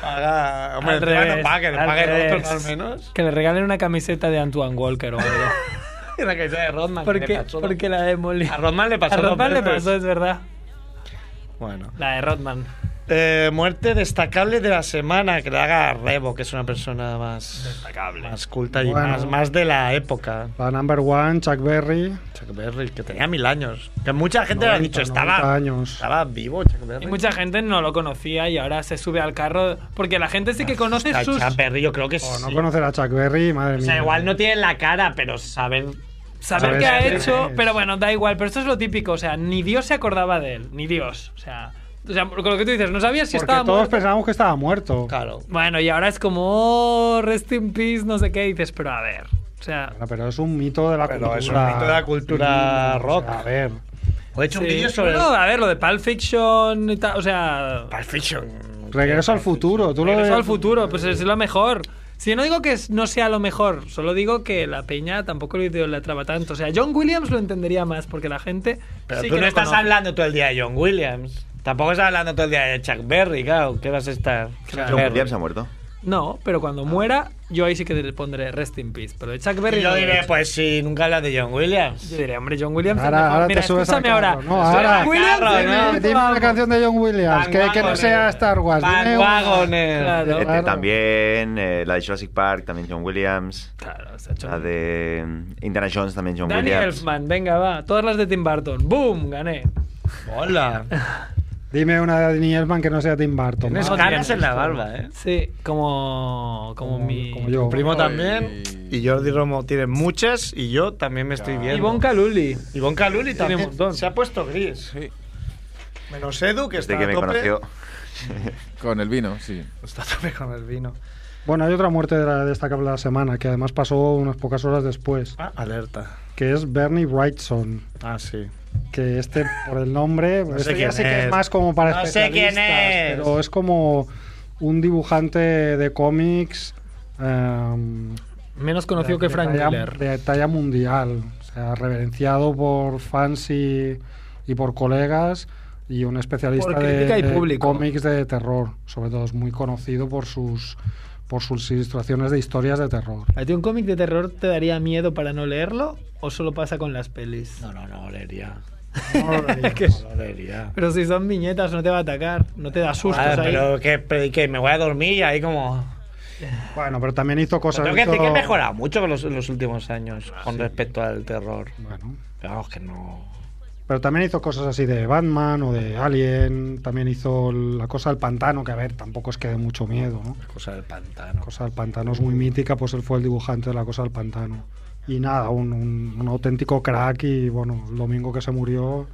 B: Paga, hombre,
C: Al
B: encima no
C: revés,
B: pague, le
C: al
B: pague el otro
C: revés.
B: al menos.
C: Que le regalen una camiseta de Antoine Walker o algo.
B: Y la camiseta de Rodman. que le
C: Porque,
B: pasó
C: porque la de Molly.
B: dos- A Rodman le pasó.
C: A
B: dos
C: Rodman le
B: veces.
C: pasó, es verdad.
B: Bueno.
C: La de Rodman.
B: Eh, muerte destacable de la semana que le haga a Rebo, que es una persona más. Destacable. Más culta y
A: Bueno.
B: más, más de la época.
A: La number one, Chuck Berry.
B: Chuck Berry, que tenía mil años. Que mucha gente le ha
A: 90,
B: dicho,
A: 90
B: estaba,
A: años.
B: estaba vivo Chuck Berry.
C: Y mucha gente no lo conocía y ahora se sube al carro. Porque la gente sí que conoce
B: Hostia,
C: sus.
B: Chuck Berry, yo creo que
A: O no
B: sí.
A: conocer a Chuck Berry, madre
B: O
A: mía.
B: sea, igual no tiene la cara, pero saber.
C: Saber
A: Sabes
C: qué ha
A: quién
C: hecho,
A: es.
C: pero bueno, da igual. Pero esto es lo típico. O sea, ni Dios se acordaba de él. Ni Dios. O sea, o sea con lo que tú dices, no sabías si
A: Porque
C: estaba
A: todos
C: muerto.
A: pensábamos que estaba muerto.
B: Claro.
C: Bueno, y ahora es como. oh, rest in peace, no sé qué. Y dices, pero a ver. O sea,
A: Bueno, Pero es un mito de la
B: Pero
A: cultura.
B: es un mito de la cultura
A: Sí,
B: rock.
A: o sea, a ver.
B: He hecho un
C: sí.
B: vídeo sobre.
C: No, a ver, lo de Pulp Fiction y tal. O sea.
B: Pulp Fiction.
A: Regreso al futuro. Tú lo
C: Regreso
A: ves-
C: al futuro, pues es lo mejor. Si no digo que es- no sea lo mejor, solo digo que la peña tampoco lo idolatraba tanto. O sea, John Williams lo entendería más porque la gente.
B: Pero
C: sí
B: tú
C: que
B: no
C: lo
B: estás
C: conoce.
B: hablando todo el día de John Williams. Tampoco estás hablando todo el día de Chuck Berry, claro. ¿Qué vas a estar?
C: Claro.
F: John Williams ha muerto.
C: No, pero cuando muera, yo ahí sí que le pondré Rest in Peace. Pero de Chuck Berry.
B: Y yo
C: no lo he
B: diré,
C: hecho.
B: pues sí, nunca hablas de John Williams.
C: Yo diré, hombre, John Williams. es
A: Ahora-
C: mejor.
A: ahora te
C: Mira,
A: subes al
C: escúchame
A: carro,
C: ahora.
A: no, ahora.
C: John Williams,
B: Al carro,
C: dime
B: ¿no?
C: tú
A: Dime una
C: algo.
A: canción de John Williams.
B: Van
A: Ah, Que, que no
B: Wagoner.
A: sea Star Wars. Dime
B: Van
A: una.
B: Wagoner.
C: Claro.
F: Este
A: Claro.
F: también, eh, la de Jurassic Park, también John Williams.
C: Claro, o sea, John-
F: La de mm, Indiana Jones, también John
C: Danny
F: Williams.
C: Elfman, venga, va. Todas las de Tim Burton. ¡Boom! Gané.
B: Hola.
A: Dime una de Danny Elfman que no sea Tim Burton. Ah,
B: Tienes
A: ¿no?
C: cara-
B: canas en la barba, ¿eh?
C: Sí, como. Como,
A: Como-
C: mi.
A: como yo.
B: Tu primo
D: Ay.
B: también. Y Jordi Romo tiene muchas y yo también me estoy viendo.
C: Ivonne Caluli.
B: Ivonne
C: Tiene
B: Caluli
C: un
B: también.
C: montón.
B: Se ha puesto gris.
D: Sí.
B: Menos Edu, que está
F: Desde Este
B: a
F: que me
B: tope.
F: conoció.
D: Con el vino, sí.
B: Está a tope con el vino.
A: Bueno, hay otra muerte de la destacable de la semana que además pasó unas pocas horas después,
B: Ah, alerta.
A: que es Bernie Wrightson.
B: Ah, sí.
A: que este por el nombre
B: No
A: no
B: sé quién
A: ya sé que
B: es.
A: es más como para
B: No sé quién
A: especialistas,
B: es.
A: pero es como un dibujante de cómics em,
C: Menos conocido
A: de-
C: que Frank
A: de talla,
C: Miller.
A: de talla mundial o sea reverenciado por fans y, y por colegas y un especialista
C: Por
A: de,
C: crítica y
A: de
C: público.
A: cómics de terror sobre todo es muy conocido por sus por sus ilustraciones de historias de terror
C: ¿A ti un cómic de terror te daría miedo para no leerlo o solo pasa con las pelis?
B: No, no, no, olería.
A: No lo leí.
C: Que-
B: No olería.
C: Pero si son viñetas no te va a atacar, no te da sustos
B: Ah,
C: ahí.
B: pero que, pero que me voy a dormir y ahí como...
A: bueno pero también hizo cosas
B: tengo que decir
A: hizo-
B: que he mejorado mucho en los, en los últimos años con respecto al terror.
A: bueno
B: Vamos, que no...
A: Pero también hizo cosas así de Batman o de Alien. También hizo la cosa del pantano, que a ver, tampoco es que dé mucho miedo, ¿no?
B: La cosa del pantano.
A: La cosa del pantano es muy mítica, pues él fue el dibujante de la cosa del pantano. Y nada, un, un- un auténtico crack. Y bueno, el domingo que se murió,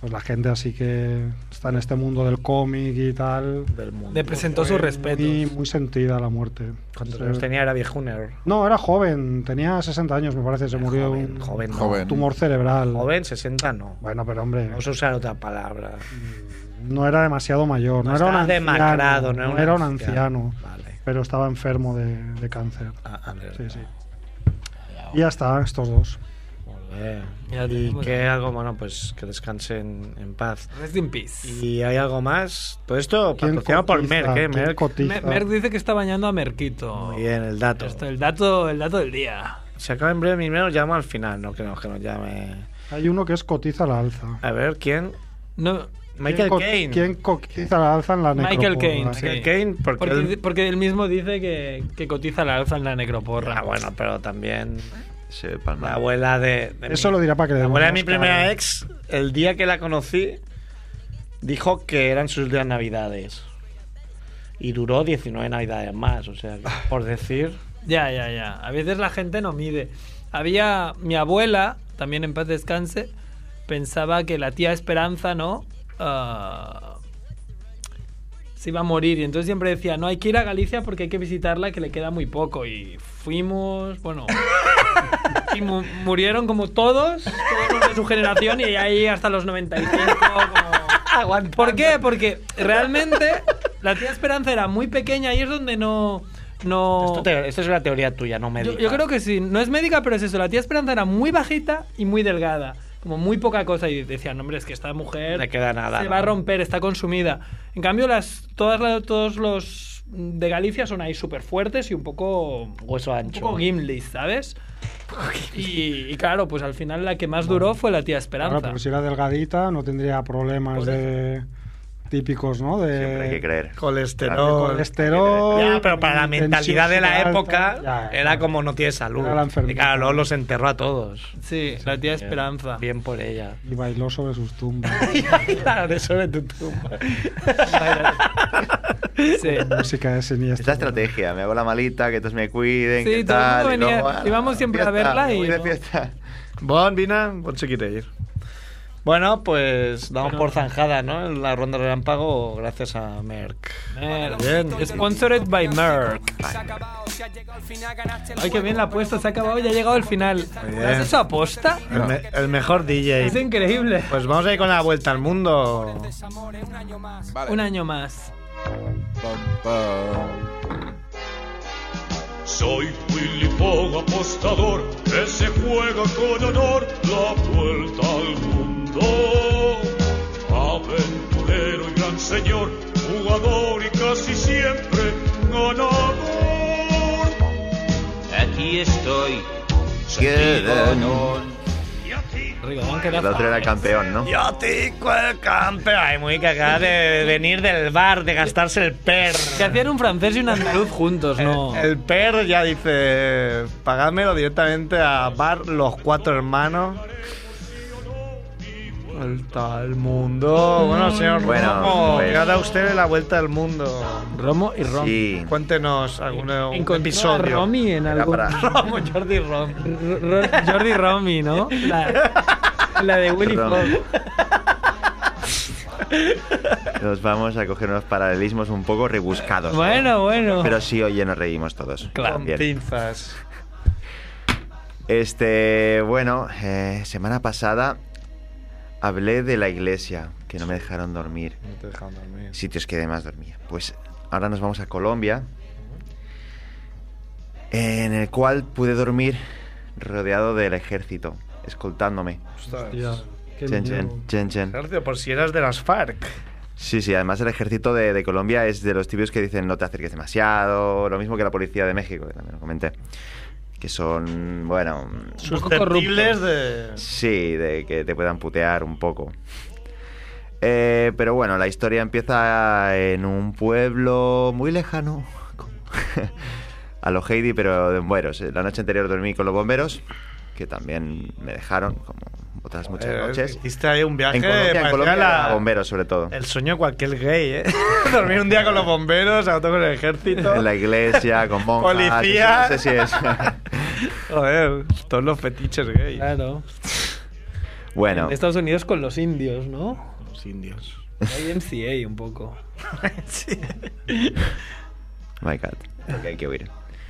A: pues la gente así que está en este mundo del cómic y tal.
B: Del mundo.
C: Le presentó sus respetos.
A: Y muy sentida la muerte.
B: ¿Cuántos
A: Sí.
B: años tenía? Era viejuner.
A: No, era joven, tenía 60 años, me parece. Se murió de
B: Joven,
A: un
B: joven, no.
D: Joven.
A: tumor cerebral.
B: Joven, 60 no.
A: Bueno, pero hombre.
B: Vamos a usar otra palabra.
A: no era demasiado mayor, Pues no,
B: No
A: era un
B: estaba
A: anciano,
B: demacrado, no
A: no
B: era
A: era
B: un
A: un
B: anciano.
A: anciano,
B: Vale.
A: pero estaba enfermo de, de cáncer.
B: Ah, alerta.
A: Sí, sí. Y ya está, estos dos.
B: Molt bé. Joder.
C: Ya
B: y
C: tenemos-
B: que algo, bueno, pues que descansen en paz.
C: Rest in peace.
B: ¿Y hay algo más? Todo esto
A: ¿Quién
B: patrocinado por
A: cotiza?
B: Merck, ¿eh?
A: ¿Quién
B: Merck.
A: cotiza?
C: Me- Merck dice que está bañando a Merquito.
B: Muy bien, el dato.
C: Esto, el dato, el dato del día.
B: Se acaba en breve, mi menos llamo al final, no creo que nos llame.
A: Hay uno que es cotiza la alza.
B: A ver, ¿quién?
C: No,
B: Michael
A: ¿Quién co-
B: Caine.
A: ¿Quién cotiza la alza en la
C: Michael
A: necropolva?
C: Caine. sí.
B: Michael Caine, porque
C: Porque,
B: él-
C: di- porque él mismo dice que, que cotiza la alza en la necroporra.
B: Ah, bueno, pero también
F: Se
B: la
F: palma.
B: abuela de. de
A: Eso
B: mi-
A: lo dirá para que le
B: La
A: den
B: abuela de
A: un
B: mi
A: Oscar.
B: primera ex, el día que la conocí, dijo que eran sus últimas navidades. Y duró 19 navidades más, o sea, que, por decir.
C: Ya, ya, ya. A veces la gente no mide. Había mi abuela, también en paz descanse, pensaba que la tía Esperanza, ¿no? Ah, se iba a morir. Y entonces siempre decía, no hay que ir a Galicia porque hay que visitarla, que le queda muy poco. Y fuimos, bueno. y mu- murieron como todos, todos los de su generación, y ahí hasta los 95. Como... ¿Por qué? Porque realmente la tía Esperanza era muy pequeña y es donde no. No...
B: Esto, te- esto es una teoría tuya, no me
C: Oh. Yo, yo creo que sí, no es médica, pero es eso. La tía Esperanza era muy bajita y muy delgada, como muy poca cosa. Y decían, no, hombre, es que esta mujer
B: Le queda nada,
C: se
B: ¿no?".
C: va a romper, está consumida. En cambio, las, todas la- todos los de Galicia son ahí súper fuertes y un poco.
B: Hueso
C: Un
B: ancho.
C: poco Gimli, ¿sabes? Y, y claro, pues al final la que más duró fue la tía Esperanza.
A: Claro, porque si era delgadita no tendría problemas
C: Por
A: de típicos, ¿no? De
F: Siempre hay que creer.
B: Eh, Colesterol.
A: colesterol.
B: Ya, pero para la
A: Oh, tensión
B: mentalidad de la
A: alta.
B: época
A: Ya, ya.
B: era como no tiene salud.
A: Era la
B: y
A: enfermedad.
B: claro, luego los enterró a todos.
C: Sí, la tía Esperanza.
B: Bien por ella.
A: Y bailó sobre sus tumbas.
B: claro, eso de tu tumba.
C: Sí.
A: Música de siniestra.
F: Esta estrategia, me hago la malita, que todos me cuiden,
C: Sí,
F: que
C: todo el mundo
F: tal. y
C: venía-
F: luego, ah, ala,
C: íbamos siempre a
F: fiesta,
C: verla y
F: voy de
C: no.
F: fiesta.
B: Bon, Vina, bon se quiere ir. Bueno, pues damos
C: Pero-
B: por zanjada, ¿no? En la ronda de relámpago, gracias a Merck.
C: Merck.
B: Bien.
C: Sponsored by Merck. Ay, qué bien la ha puesto, se ha acabado y ha llegado al final.
B: Muy
C: ¿Lo has
B: bien.
C: hecho aposta?
B: El, me- el mejor DJ.
C: Es increíble.
B: Pues vamos a ir con la vuelta al mundo.
D: Vale.
C: Un año más.
D: Pam, pam.
I: Soy Filipón apostador que se juega con honor la vuelta al mundo. Aventurero y gran señor, jugador y casi siempre ganador.
J: Aquí estoy.
F: Quieran.
C: Rigodón, que era
F: El otro era el
C: fan,
F: campeón, ¿no?
B: Yo tico el campeón. Ay, muy cagada de venir del bar, de gastarse el per.
C: ¿eh? Que hacían un francés y un andaluz juntos, ¿no?
B: El, el per ya dice, pagádmelo directamente a Bar Los Cuatro Hermanos. Vuelta al mundo. Bueno, señor
F: Mm. Bueno,
B: Romo,
F: pues.
B: ¿qué ha dado usted la vuelta al mundo?
C: Romo y Rom.
F: Sí.
B: Cuéntenos algún un
C: Encontró a
B: episodio.
C: Romy en
F: Era
C: algún...
F: para-
B: Romo, Jordi Rom.
C: R- R- Jordi Romy, ¿no? La, la de Willy
F: Rom.
C: Fox.
F: Nos vamos a coger unos paralelismos un poco rebuscados. ¿no?
C: Bueno, bueno.
F: Pero sí, oye, nos reímos todos.
C: Claro.
B: Con
F: Bien.
B: pinzas.
F: Este, bueno, eh, semana pasada hablé de la iglesia, que no me dejaron dormir.
B: No te dejan dormir.
F: Sitios que además dormía. Pues ahora nos vamos a Colombia, en el cual pude dormir rodeado del ejército, escoltándome.
B: Ostras.
A: Qué
F: Chen, chen,
A: miedo.
F: chen, chen.
B: Sergio, por si eras de las FARC.
F: Sí, sí, además el ejército de, de Colombia es de los tibios que dicen no te acerques demasiado, lo mismo que la policía de México, que también lo comenté. Que son, bueno,
C: Un poco
B: Susceptibles
C: corruptos.
B: de.
F: Sí, de que te puedan putear un poco. Eh, pero bueno, la historia empieza en un pueblo muy lejano. A lo Heidi, pero de bomberos. Eh, La noche anterior dormí con los bomberos, que también me dejaron, como otras muchas
B: Eh,
F: noches.
B: Hiciste ahí un viaje.
F: En Colombia, en
B: parecía
F: Colombia,
B: la-
F: bomberos sobre todo.
B: El sueño de cualquier gay, ¿eh? Dormir un día con los bomberos, a otro con el ejército.
F: En la iglesia, con monjas.
B: Policía.
F: eso No sé si
B: Joder, todos los fetiches gay.
C: Claro.
F: es. bueno,
C: En Estados Unidos con los indios, ¿no?
B: Los indios.
C: Hay MCA un poco.
F: Oh my God, lo que hay que oír.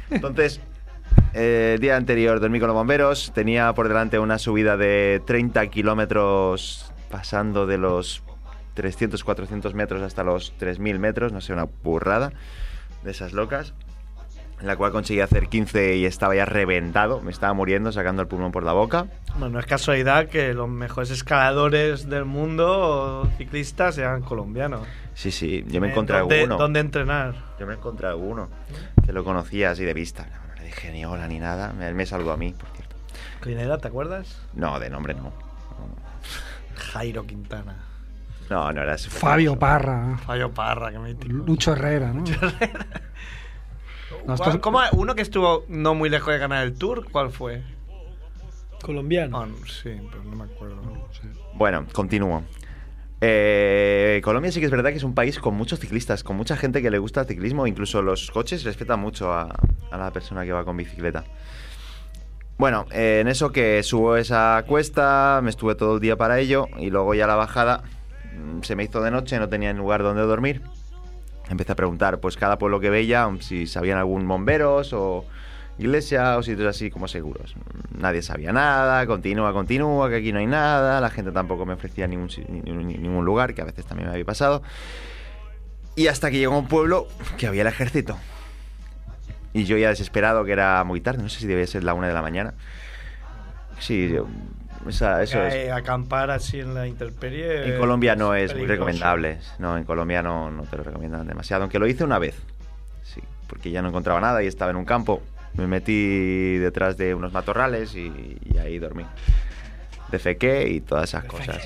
F: Entonces, eh, el día anterior dormí con los bomberos, tenía por delante una subida de 30 kilómetros pasando de los 300, 400 metros hasta los 3.000 metros, no sé, una burrada de esas locas. en la cual conseguí hacer 15 y estaba ya reventado, me estaba muriendo sacando el pulmón por la boca.
B: Bueno, no es casualidad que los mejores escaladores del mundo, o ciclistas, sean colombianos.
F: Sí, sí, yo me
B: Eh,
F: encontré
B: ¿dónde-
F: alguno.
B: ¿Dónde entrenar?
F: Yo me encontré alguno que lo conocía así de vista. No, no le dije ni hola ni nada. Él me saludó a mí, por cierto.
B: ¿Quién era? ¿Te acuerdas?
F: No, de nombre no.
B: Jairo Quintana.
F: No, no era ese.
A: Fabio Parra,
B: Fabio Parra, que mítico.
A: Lucho Herrera, ¿no? No,
B: ¿Cuál-
A: estos-
B: cómo- uno que estuvo no muy lejos de ganar el Tour, ¿cuál fue?
C: Colombiano.
B: Ah, no, sí, pero no me acuerdo.
F: Bueno, continúo. Eh, Colombia sí que es verdad que es un país con muchos ciclistas, con mucha gente que le gusta el ciclismo, incluso los coches respetan mucho a, a la persona que va con bicicleta. Bueno, eh, en eso que subo esa cuesta, me estuve todo el día para ello y luego ya la bajada mm, se me hizo de noche, no tenía lugar donde dormir. Empecé a preguntar, pues cada pueblo que veía, si sabían algún bomberos o iglesia o sitios así como seguros. Nadie sabía nada, continúa, continúa, que aquí no hay nada, la gente tampoco me ofrecía ningún, si- ni- ni- ningún lugar, que a veces también me había pasado. Y hasta que llegó a un pueblo que había el ejército. Y yo ya desesperado, que era muy tarde, no sé si debía ser la una de la mañana. Sí, yo- esa- eso es.
B: Eh, acampar así en la intemperie.
F: En
B: eh,
F: Colombia no es muy
B: peligroso.
F: recomendable. No, en Colombia no, no te lo recomiendan demasiado. Aunque lo hice una vez. Sí, porque ya no encontraba nada y estaba en un campo. Me metí detrás de unos matorrales y, y ahí dormí. Defequé y todas esas cosas.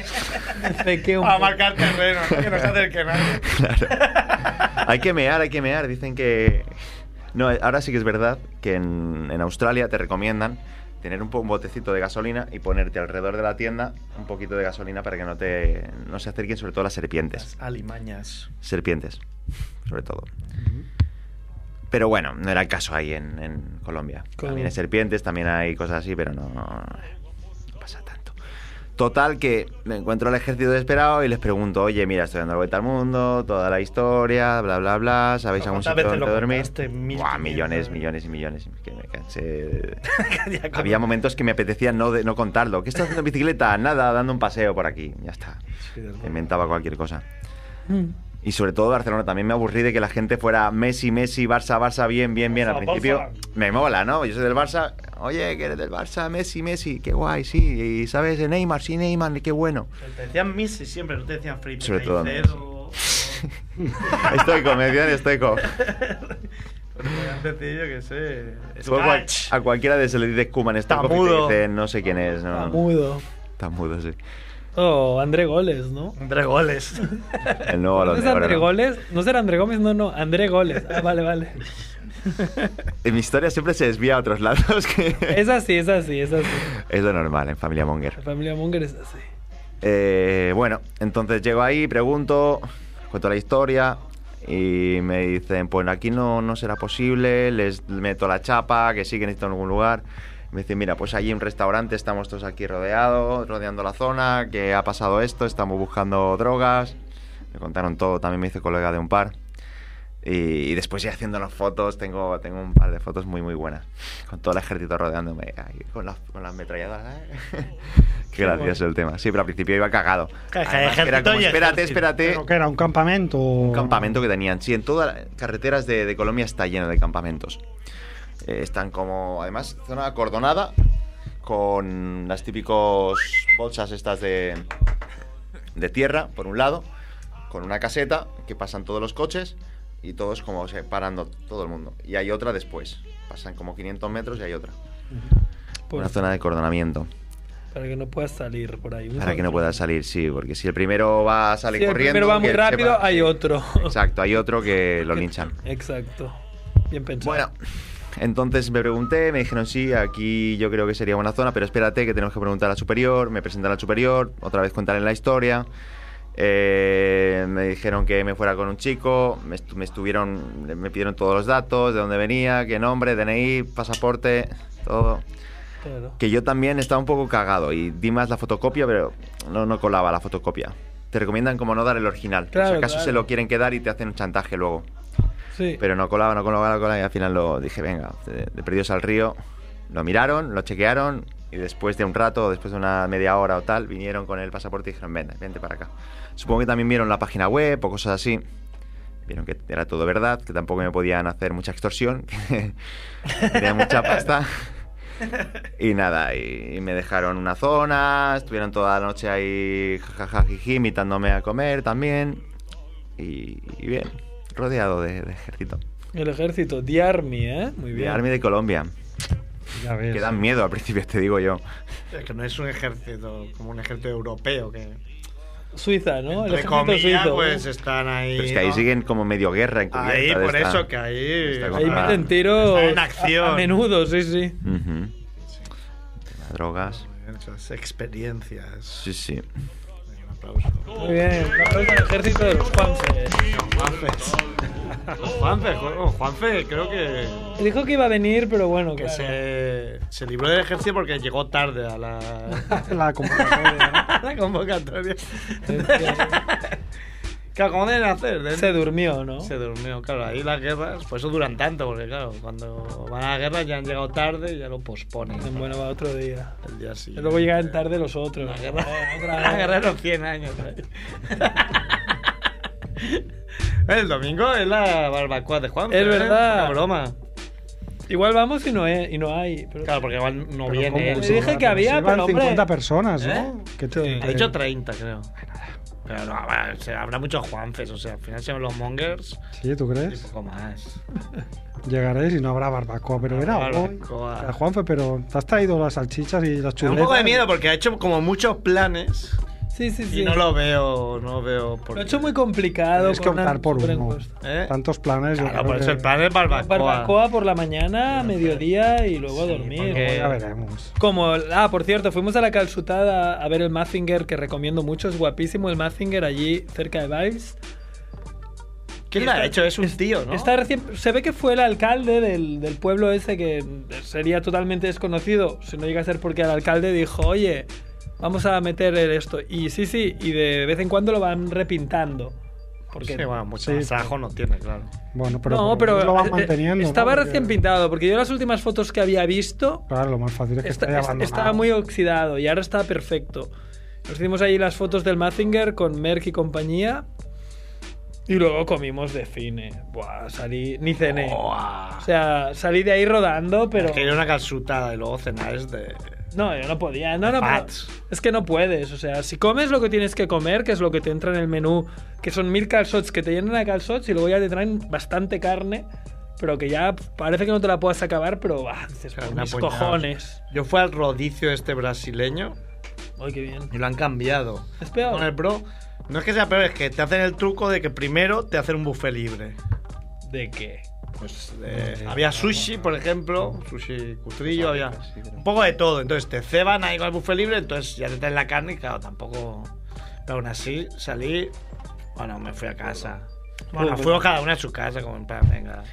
C: Sé que un-
B: Ah,
G: A marcar terreno, ¿no? que no se acerque nadie.
F: hay que mear, hay que mear. Dicen que. No, ahora sí que es verdad que en, en Australia te recomiendan tener un, po- un botecito de gasolina y ponerte alrededor de la tienda un poquito de gasolina para que no, te, no se acerquen, sobre todo las serpientes.
B: Las alimañas.
F: serpientes, sobre todo. Pero bueno, no era el caso ahí en, en Colombia.
C: Claro.
F: También hay serpientes, también hay cosas así, pero no, no pasa tanto. Total que me encuentro al ejército desesperado y les pregunto, oye, mira, estoy dando la vuelta al mundo, toda la historia, bla, bla, bla, ¿sabéis algún
B: ¿Cuántas
F: sitio
B: veces
F: donde
B: lo
F: dormir?
B: contaste? Mil
F: Buah,
B: quinientas.
F: millones, millones y millones. Que me cansé.
B: Ya con-
F: Había momentos que me apetecía no, de- no contarlo. ¿Qué estás haciendo en bicicleta? Nada, dando un paseo por aquí. Ya está.
B: Sí, del-
F: Inventaba cualquier cosa.
C: Mm.
F: Y sobre todo Barcelona, también me aburrí de que la gente fuera Messi, Messi, Barça, Barça, bien, bien, bien. Al
G: Barça,
F: principio
G: Barça.
F: me mola, ¿no? Yo soy del Barça, oye, que eres del Barça, Messi, Messi, qué guay, sí. Y sabes, de Neymar, sí, Neymar, qué bueno.
B: Te decían Missy siempre, no te decían Free
F: Sobre todo a mí.
B: Cero, o-
F: Estoico, me decían estoico.
B: podían decir, yo qué sé.
F: Tú A, cual-
B: Scratch.
F: a cualquiera de se le dice este Kuman, estoico,
B: Está
F: y te
B: mudo.
F: dicen, no sé quién es,
C: Ah,
F: ¿no?
C: Mudo.
F: Está mudo, sí.
C: Oh, André Goles, ¿no?
B: Entre goles.
F: El
C: ¿No
F: nuevo Balón
C: es
F: de Oro,
C: André
F: ¿no?
C: Goles? ¿No será André Gómez? No, no, André Goles. Ah, vale, vale.
F: En mi historia siempre se desvía a otros lados, que
C: Es así, es así, es así.
F: es lo normal en Familia Monger.
C: La familia Munger es así.
F: Eh, bueno, entonces llego ahí, pregunto, cuento la historia y me dicen, pues aquí no, no será posible, les meto la chapa, que sí, que necesito algún lugar. Me dicen, mira, pues allí un restaurante, estamos todos aquí rodeados, rodeando la zona, que ha pasado esto, estamos buscando drogas. Me contaron todo, también me hice colega de un par. Y, y después ya haciendo las fotos, tengo, tengo un par de fotos muy, muy buenas. Con todo el ejército rodeándome, ahí, con, las, con las metralladoras. ¿eh? Qué gracioso el tema. Sí, pero al principio iba cagado.
B: Claro, que
F: Además,
B: hay
F: era como,
B: ejército y
F: espérate,
B: ejército".
F: espérate.
A: ¿Pero que era? ¿Un campamento?
F: Un campamento que tenían. Sí, en todas las carreteras de, de Colombia está lleno de campamentos. Eh, están como, además, zona acordonada con las típicos bolsas estas de, de tierra, por un lado, con una caseta que pasan todos los coches y todos como se parando todo el mundo. Y hay otra después. Pasan como 500 metros y hay otra.
C: Pues,
F: Una zona de cordonamiento.
C: Para que no puedas salir por ahí.
F: Para que no pueda salir, sí, porque si el primero va sale
C: Si el
F: corriendo.
C: primero va muy
F: que
C: rápido,
F: sepa-
C: hay otro.
F: Exacto, hay otro que lo linchan.
C: Exacto. Bien pensado.
F: Bueno, entonces me pregunté, me dijeron sí, aquí yo creo que sería buena zona, pero espérate que tenemos que preguntar al superior, me presentan al superior, otra vez contarle la historia. Eh, me dijeron que me fuera con un chico, me, estu- me estuvieron, me pidieron todos los datos, de dónde venía, qué nombre, DNI, pasaporte, todo.
C: Claro.
F: Que yo también estaba un poco cagado y di más la fotocopia, pero no, no colaba la fotocopia. Te recomiendan como no dar el original. por si
C: Claro,
F: acaso
C: claro.
F: se lo quieren quedar y te hacen un chantaje luego.
C: Sí.
F: Pero no colaba, no colaba, no colaba y al final lo dije, venga, de, de perdidos al río. Lo miraron, lo chequearon y después de un rato, después de una media hora o tal, vinieron con el pasaporte y dijeron, ven, vente para acá. Supongo que también vieron la página web o cosas así. Vieron que era todo verdad, que tampoco me podían hacer mucha extorsión, que tenía mucha pasta. Y nada, y, y me dejaron una zona, estuvieron toda la noche ahí jajajiji, invitándome a comer también. Y, y bien, rodeado de, de ejército.
C: El ejército, The Army, ¿eh? Muy
F: De
C: bien.
F: Army de Colombia.
A: Ya ves.
F: Que dan miedo al principio, te digo yo.
B: Es que no es un ejército como un ejército europeo que
C: Suiza, ¿no? El
B: entre
C: ejército
B: comillas
C: suizo.
B: pues están ahí.
F: Pero es que ahí
B: ¿no?
F: siguen como medio guerra encubierta
B: Ahí,
F: de
B: por
F: esta-
B: eso que ahí.
F: esta
C: Ahí
F: Ah.
C: meten tiros
B: Está en
C: a-
B: acción.
C: a menudo, sí, sí.
F: Ujú. Tema de Drogas.
B: Esas experiencias.
F: Sí, sí.
B: Un aplauso.
C: Muy bien. Un aplauso al ejército de los Juanfes.
B: Juanfe, Ju- oh, Juanfe, creo que,
C: Dijo que iba a venir, pero bueno,
B: que
C: claro.
B: se, se libró del ejército porque llegó tarde a la,
A: La convocatoria, ¿no?
B: a la convocatoria. claro, ¿cómo deben hacer? Deben-
C: Se durmió, ¿no?
B: Se durmió, claro, ahí las guerras, por eso duran tanto, porque claro, cuando van a la guerra ya han llegado tarde y ya lo posponen
C: Dicen, Bueno, va otro día.
B: el día siguiente.
C: Y luego llegan tarde los otros.
B: La guerra,
C: Otra
B: la
C: vez.
B: guerra de los 100 años. ¿eh? el domingo es la barbacoa de Juan.
C: Es verdad.
B: Una broma.
C: Igual vamos y no, es- y no hay. Pero...
B: Claro, porque igual no
A: Pero
B: viene.
A: ¿cómo?
B: él.
C: Le dije que había,
A: Iban
C: pero, hombre.
A: 50 personas, ¿no?
B: ¿Eh?
A: Que
B: Ha dicho 30, creo. Pero no, va, se- habrá muchos Juanfes, o sea, al final se llaman los Mongers
A: Sí, ¿tú
B: y
A: crees?
B: poco más.
A: Llegaréis y no habrá barbacoa, pero era hoy.
B: Barbacoa.
A: O sea, Juanfe, pero te has traído las salchichas y las
B: Me da
A: chuletas.
B: Un poco de miedo porque ha hecho como muchos planes
C: Sí, sí,
B: y
C: sí.
B: no lo veo, no veo por
C: Lo he hecho muy complicado.
A: Tienes que
C: con una
A: optar por uno.
C: superencuesta.
B: ¿Eh?
A: Tantos planes. yo
B: Claro,
A: creo
B: por eso
A: que-
B: el plan es barbacoa.
C: Barbacoa por la mañana, a mediodía y luego a
B: Sí,
C: dormir.
B: porque-
A: Ya veremos.
C: Como, ah, por cierto, fuimos a la calzutada a ver el Mazinger, que recomiendo mucho, es guapísimo el Mazinger allí cerca de Valls.
B: ¿Quién lo ha
C: Está-
B: hecho? Es un tío, ¿no?
C: Está recién, se ve que fue el alcalde del, del pueblo ese que sería totalmente desconocido, si no llega a ser porque el alcalde dijo, oye, vamos a meter el esto. Y sí, sí, y de vez en cuando lo van repintando. Porque
B: Sí, bueno, mucho más ajo no tiene, claro.
A: Bueno, pero,
C: no,
A: por lo
C: pero
A: menos lo
C: eh,
A: van manteniendo.
C: estaba
A: ¿no?
C: recién
A: Porque-
C: pintado, porque yo las últimas fotos que había visto
A: Claro, lo más fácil es que
C: Está-
A: esté
C: est-
A: abandonado.
C: estaba muy oxidado y ahora está perfecto. Nos hicimos ahí las fotos del Mazinger con Merck y compañía. Y luego comimos de cine. Buah, salí. Ni cené. O sea, salí de ahí rodando, pero.
B: Es que ir a una calzutada y luego cenar es de.
C: No, yo no podía. No, no, pero-
B: Fats.
C: Es que no puedes. O sea, si comes lo que tienes que comer, que es lo que te entra en el menú, que son mil calzots que te llenan a calzots y luego ya te traen bastante carne, pero que ya parece que no te la puedas acabar, pero bah, dices,
B: Claro,
C: por
B: una
C: mis
B: puñada.
C: cojones.
B: Yo fui al rodicio este brasileño
C: Ay, qué bien.
B: y lo han cambiado.
C: Es peor.
B: Con el pro. No es que sea peor, es que te hacen el truco de que primero te hacen un buffet libre.
C: ¿De qué?
B: Pues de- había sushi, por ejemplo, sushi cutrillo, había un poco de todo. Entonces te ceban ahí con el buffet libre, entonces ya te traen la carne y claro, tampoco. Pero aún así salí, bueno, me fui a casa. Bueno, fuimos cada una a su casa, como en plan, venga,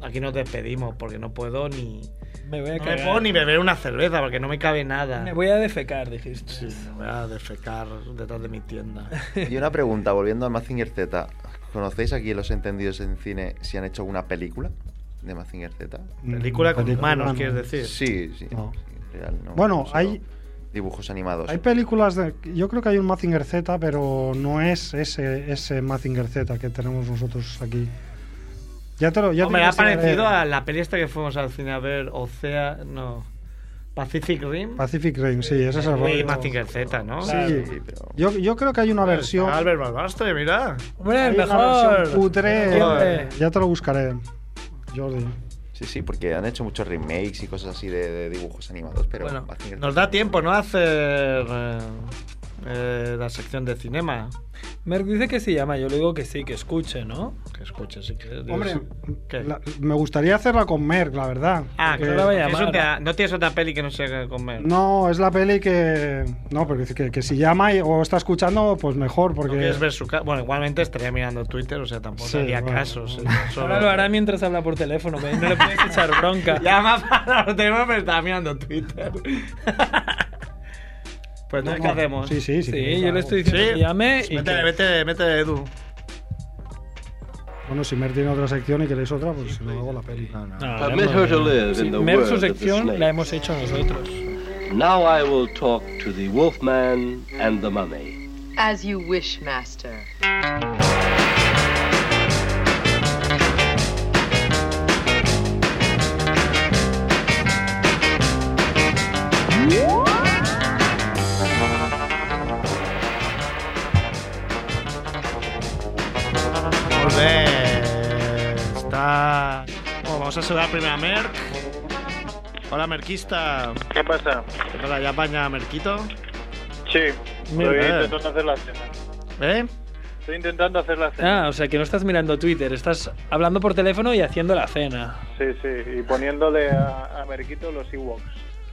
B: aquí nos despedimos porque no puedo ni.
C: Me voy a
B: No me
C: cagar.
B: puedo ni beber una cerveza porque no me cabe nada.
C: Me voy a defecar, dijiste.
B: Sí, me voy a defecar detrás de mi tienda.
F: Y una pregunta, volviendo a Mazinger Z. ¿Conocéis aquí los entendidos en cine si han hecho una película de Mazinger Z?
B: Película con
A: Mm, Película
B: humanos,
A: humana.
B: quieres decir.
F: Sí, sí.
A: No.
F: sí, real, no,
A: Bueno,
F: solo
A: hay-
F: Dibujos animados.
A: Hay películas de. Yo creo que hay un Mazinger Z, pero no es ese, ese Mazinger Z que tenemos nosotros aquí. Ya te lo. Ya te
B: Hombre, ha
A: investigaré.
B: parecido a la peli esta que fuimos al cine a ver, Ocea, no, Pacific Rim.
A: Pacific Rim, sí, ese es el
B: Y
A: rollo.
B: Mazinger Z, ¿no?
A: Sí.
F: Sí, pero-
A: Yo, yo creo que hay una versión.
B: Albert Balbastre, mira.
C: Hombre,
A: hay
C: el
A: una
C: mejor.
A: versión cutre.
C: Joder.
A: Ya te lo buscaré, Jordi.
F: Sí, sí, porque han hecho muchos remakes y cosas así de, de dibujos animados, pero
B: bueno,
F: Mazinger
B: nos
F: Z-
B: da tiempo, ¿no? A Hacer eh, eh, la sección de cinema.
C: Merck dice que se llama, yo le digo que sí, que escuche, ¿no?
B: Que escuches, si quieres. digo,
A: Hombre,
B: sí. ¿Qué?
A: la- me gustaría hacerla con Merck, Eh, la verdad.
B: Ah,
A: Porque-
B: claro,
C: la voy a
B: porque es
C: llamar.
B: otra- no tienes otra peli que no sea comer.
A: No, es la peli que. No, pero dice que, que si llama y- o está escuchando, pues mejor,
B: No
A: porque.
B: quieres ver su ca- Bueno, igualmente estaría mirando Twitter, o sea, tampoco
A: Sí,
B: haría
A: bueno.
B: caso. sí, solo-
C: Ahora lo hará mientras habla por teléfono, que no le puedes echar bronca.
B: Llama para los temas, pero está mirando Twitter. pues
A: No,
B: entonces, ¿qué
A: no.
B: hacemos?
A: Sí, sí, sí.
C: Sí, yo le estoy diciendo que llame y
B: Métele,
C: que-
B: métele, métele, Edu.
A: Bueno, si Merck tiene otra sección y queréis otra, pues no hago la peli.
C: No,
K: Permit
C: Merck
K: her to live in the
C: Merck
K: world
C: su
K: of the
C: sección la
K: snake.
C: hemos hecho nosotros.
K: Now I will talk to the wolfman and the mummy.
L: As you wish, master.
B: Volver. Está. Bueno, vamos a saludar primero a Merck. Hola, Merquista.
L: ¿Qué pasa?
B: ¿Qué tal? ¿Ya apaña Merquito?
L: Sí,
B: Muy
L: estoy
B: bien.
L: intentando hacer la cena.
B: ¿Eh?
L: Estoy intentando hacer la cena.
C: Ah, o sea que no estás mirando Twitter, estás hablando por teléfono y haciendo la cena.
L: Sí, sí, y poniéndole a, a Merquito los Ewoks.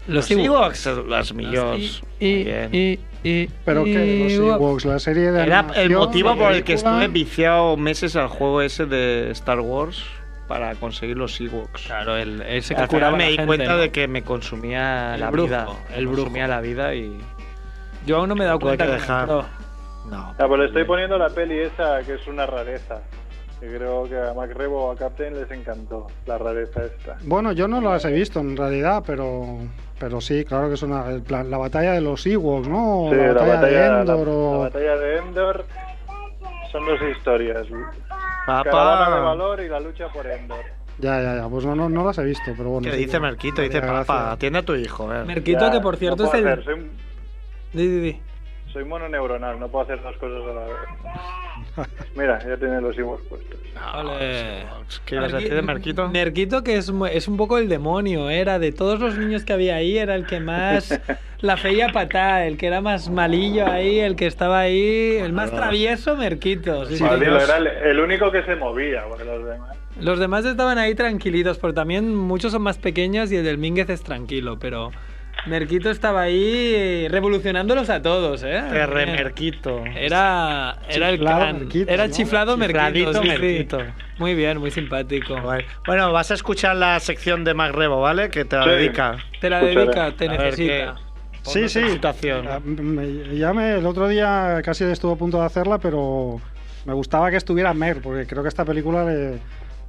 C: Los
B: Ewoks son los
L: Los
B: millos.
C: Y, y, y,
A: Pero que los Ewoks, la serie de
B: Era el
A: animación,
B: motivo
A: la
B: por el que
A: película,
B: estuve viciado meses al juego ese de Star Wars para conseguir los Ewoks. Claro, el, ese
C: que curaba
B: me
C: la
B: di
C: gente,
B: cuenta
C: ¿no?
B: de que me consumía
C: El
B: la
C: brujo,
B: vida.
C: el
B: me
C: brujo.
B: consumía la vida y
C: Yo aún no me he dado
B: Tuve que
C: cuenta. que-
B: dejar.
C: no.
L: Ah, pues le estoy poniendo la peli esa, que es una rareza. Que creo que a MacRebo o a Captain les encantó la rareza esta.
A: Bueno, yo no las he visto en realidad, pero, pero sí, claro que es una, el plan- la batalla de los Ewoks, ¿no? O
L: Sí,
A: la, batalla de
L: la-
A: Endor
L: la-
A: o...
L: la batalla de Endor son dos historias. Caravana de
B: Papá.
L: valor y la lucha por Endor.
A: Ya, ya, ya, pues no, no, no las he visto, pero bueno.
B: Que
A: sí
B: dice Merquito, dice
A: María
B: papá,
A: Gracia.
B: atiende a tu hijo. eh".
C: Merquito, que por
L: no
C: cierto es
L: puedo
C: el.
L: hacer, soy, un-
C: Di, di, di.
L: soy mononeuronal, no puedo hacer dos cosas a la vez. Mira, ya tiene los Ewoks puestos.
C: Ole.
B: ¿Qué ibas a decir de Merquito?
C: Merquito, que es, mu- es un poco el demonio, era de todos los niños que había ahí, era el que más la feía patá, el que era más malillo ahí, el que estaba ahí, el
B: Ah.
C: más travieso, Merquito. sí, sí.
L: Vale, digo, era el, el único que se movía, porque los demás.
C: Los demás estaban ahí tranquilitos, pero también muchos son más pequeños y el del Mínguez es tranquilo, pero Merquito estaba ahí revolucionándolos a todos, ¿eh?
B: Terre Merquito.
C: Era, era el
B: Chiflado
C: can.
B: Merquito,
C: era
B: ¿no?
C: chiflado Merquito.
B: Chifladito
C: sí, sí.
B: Merquito.
C: Muy bien, muy simpático.
B: Bueno, vas a escuchar la sección de Magrebo, ¿vale? Que te la
C: Sí.
B: dedica.
C: Te la Escucharé. dedica, te
B: A ver
C: necesita.
B: qué-
A: Sí, sí.
B: Situación.
A: Ah, me- ya me- el otro día casi estuve a punto de hacerla, pero me gustaba que estuviera Mer, porque creo que esta película le,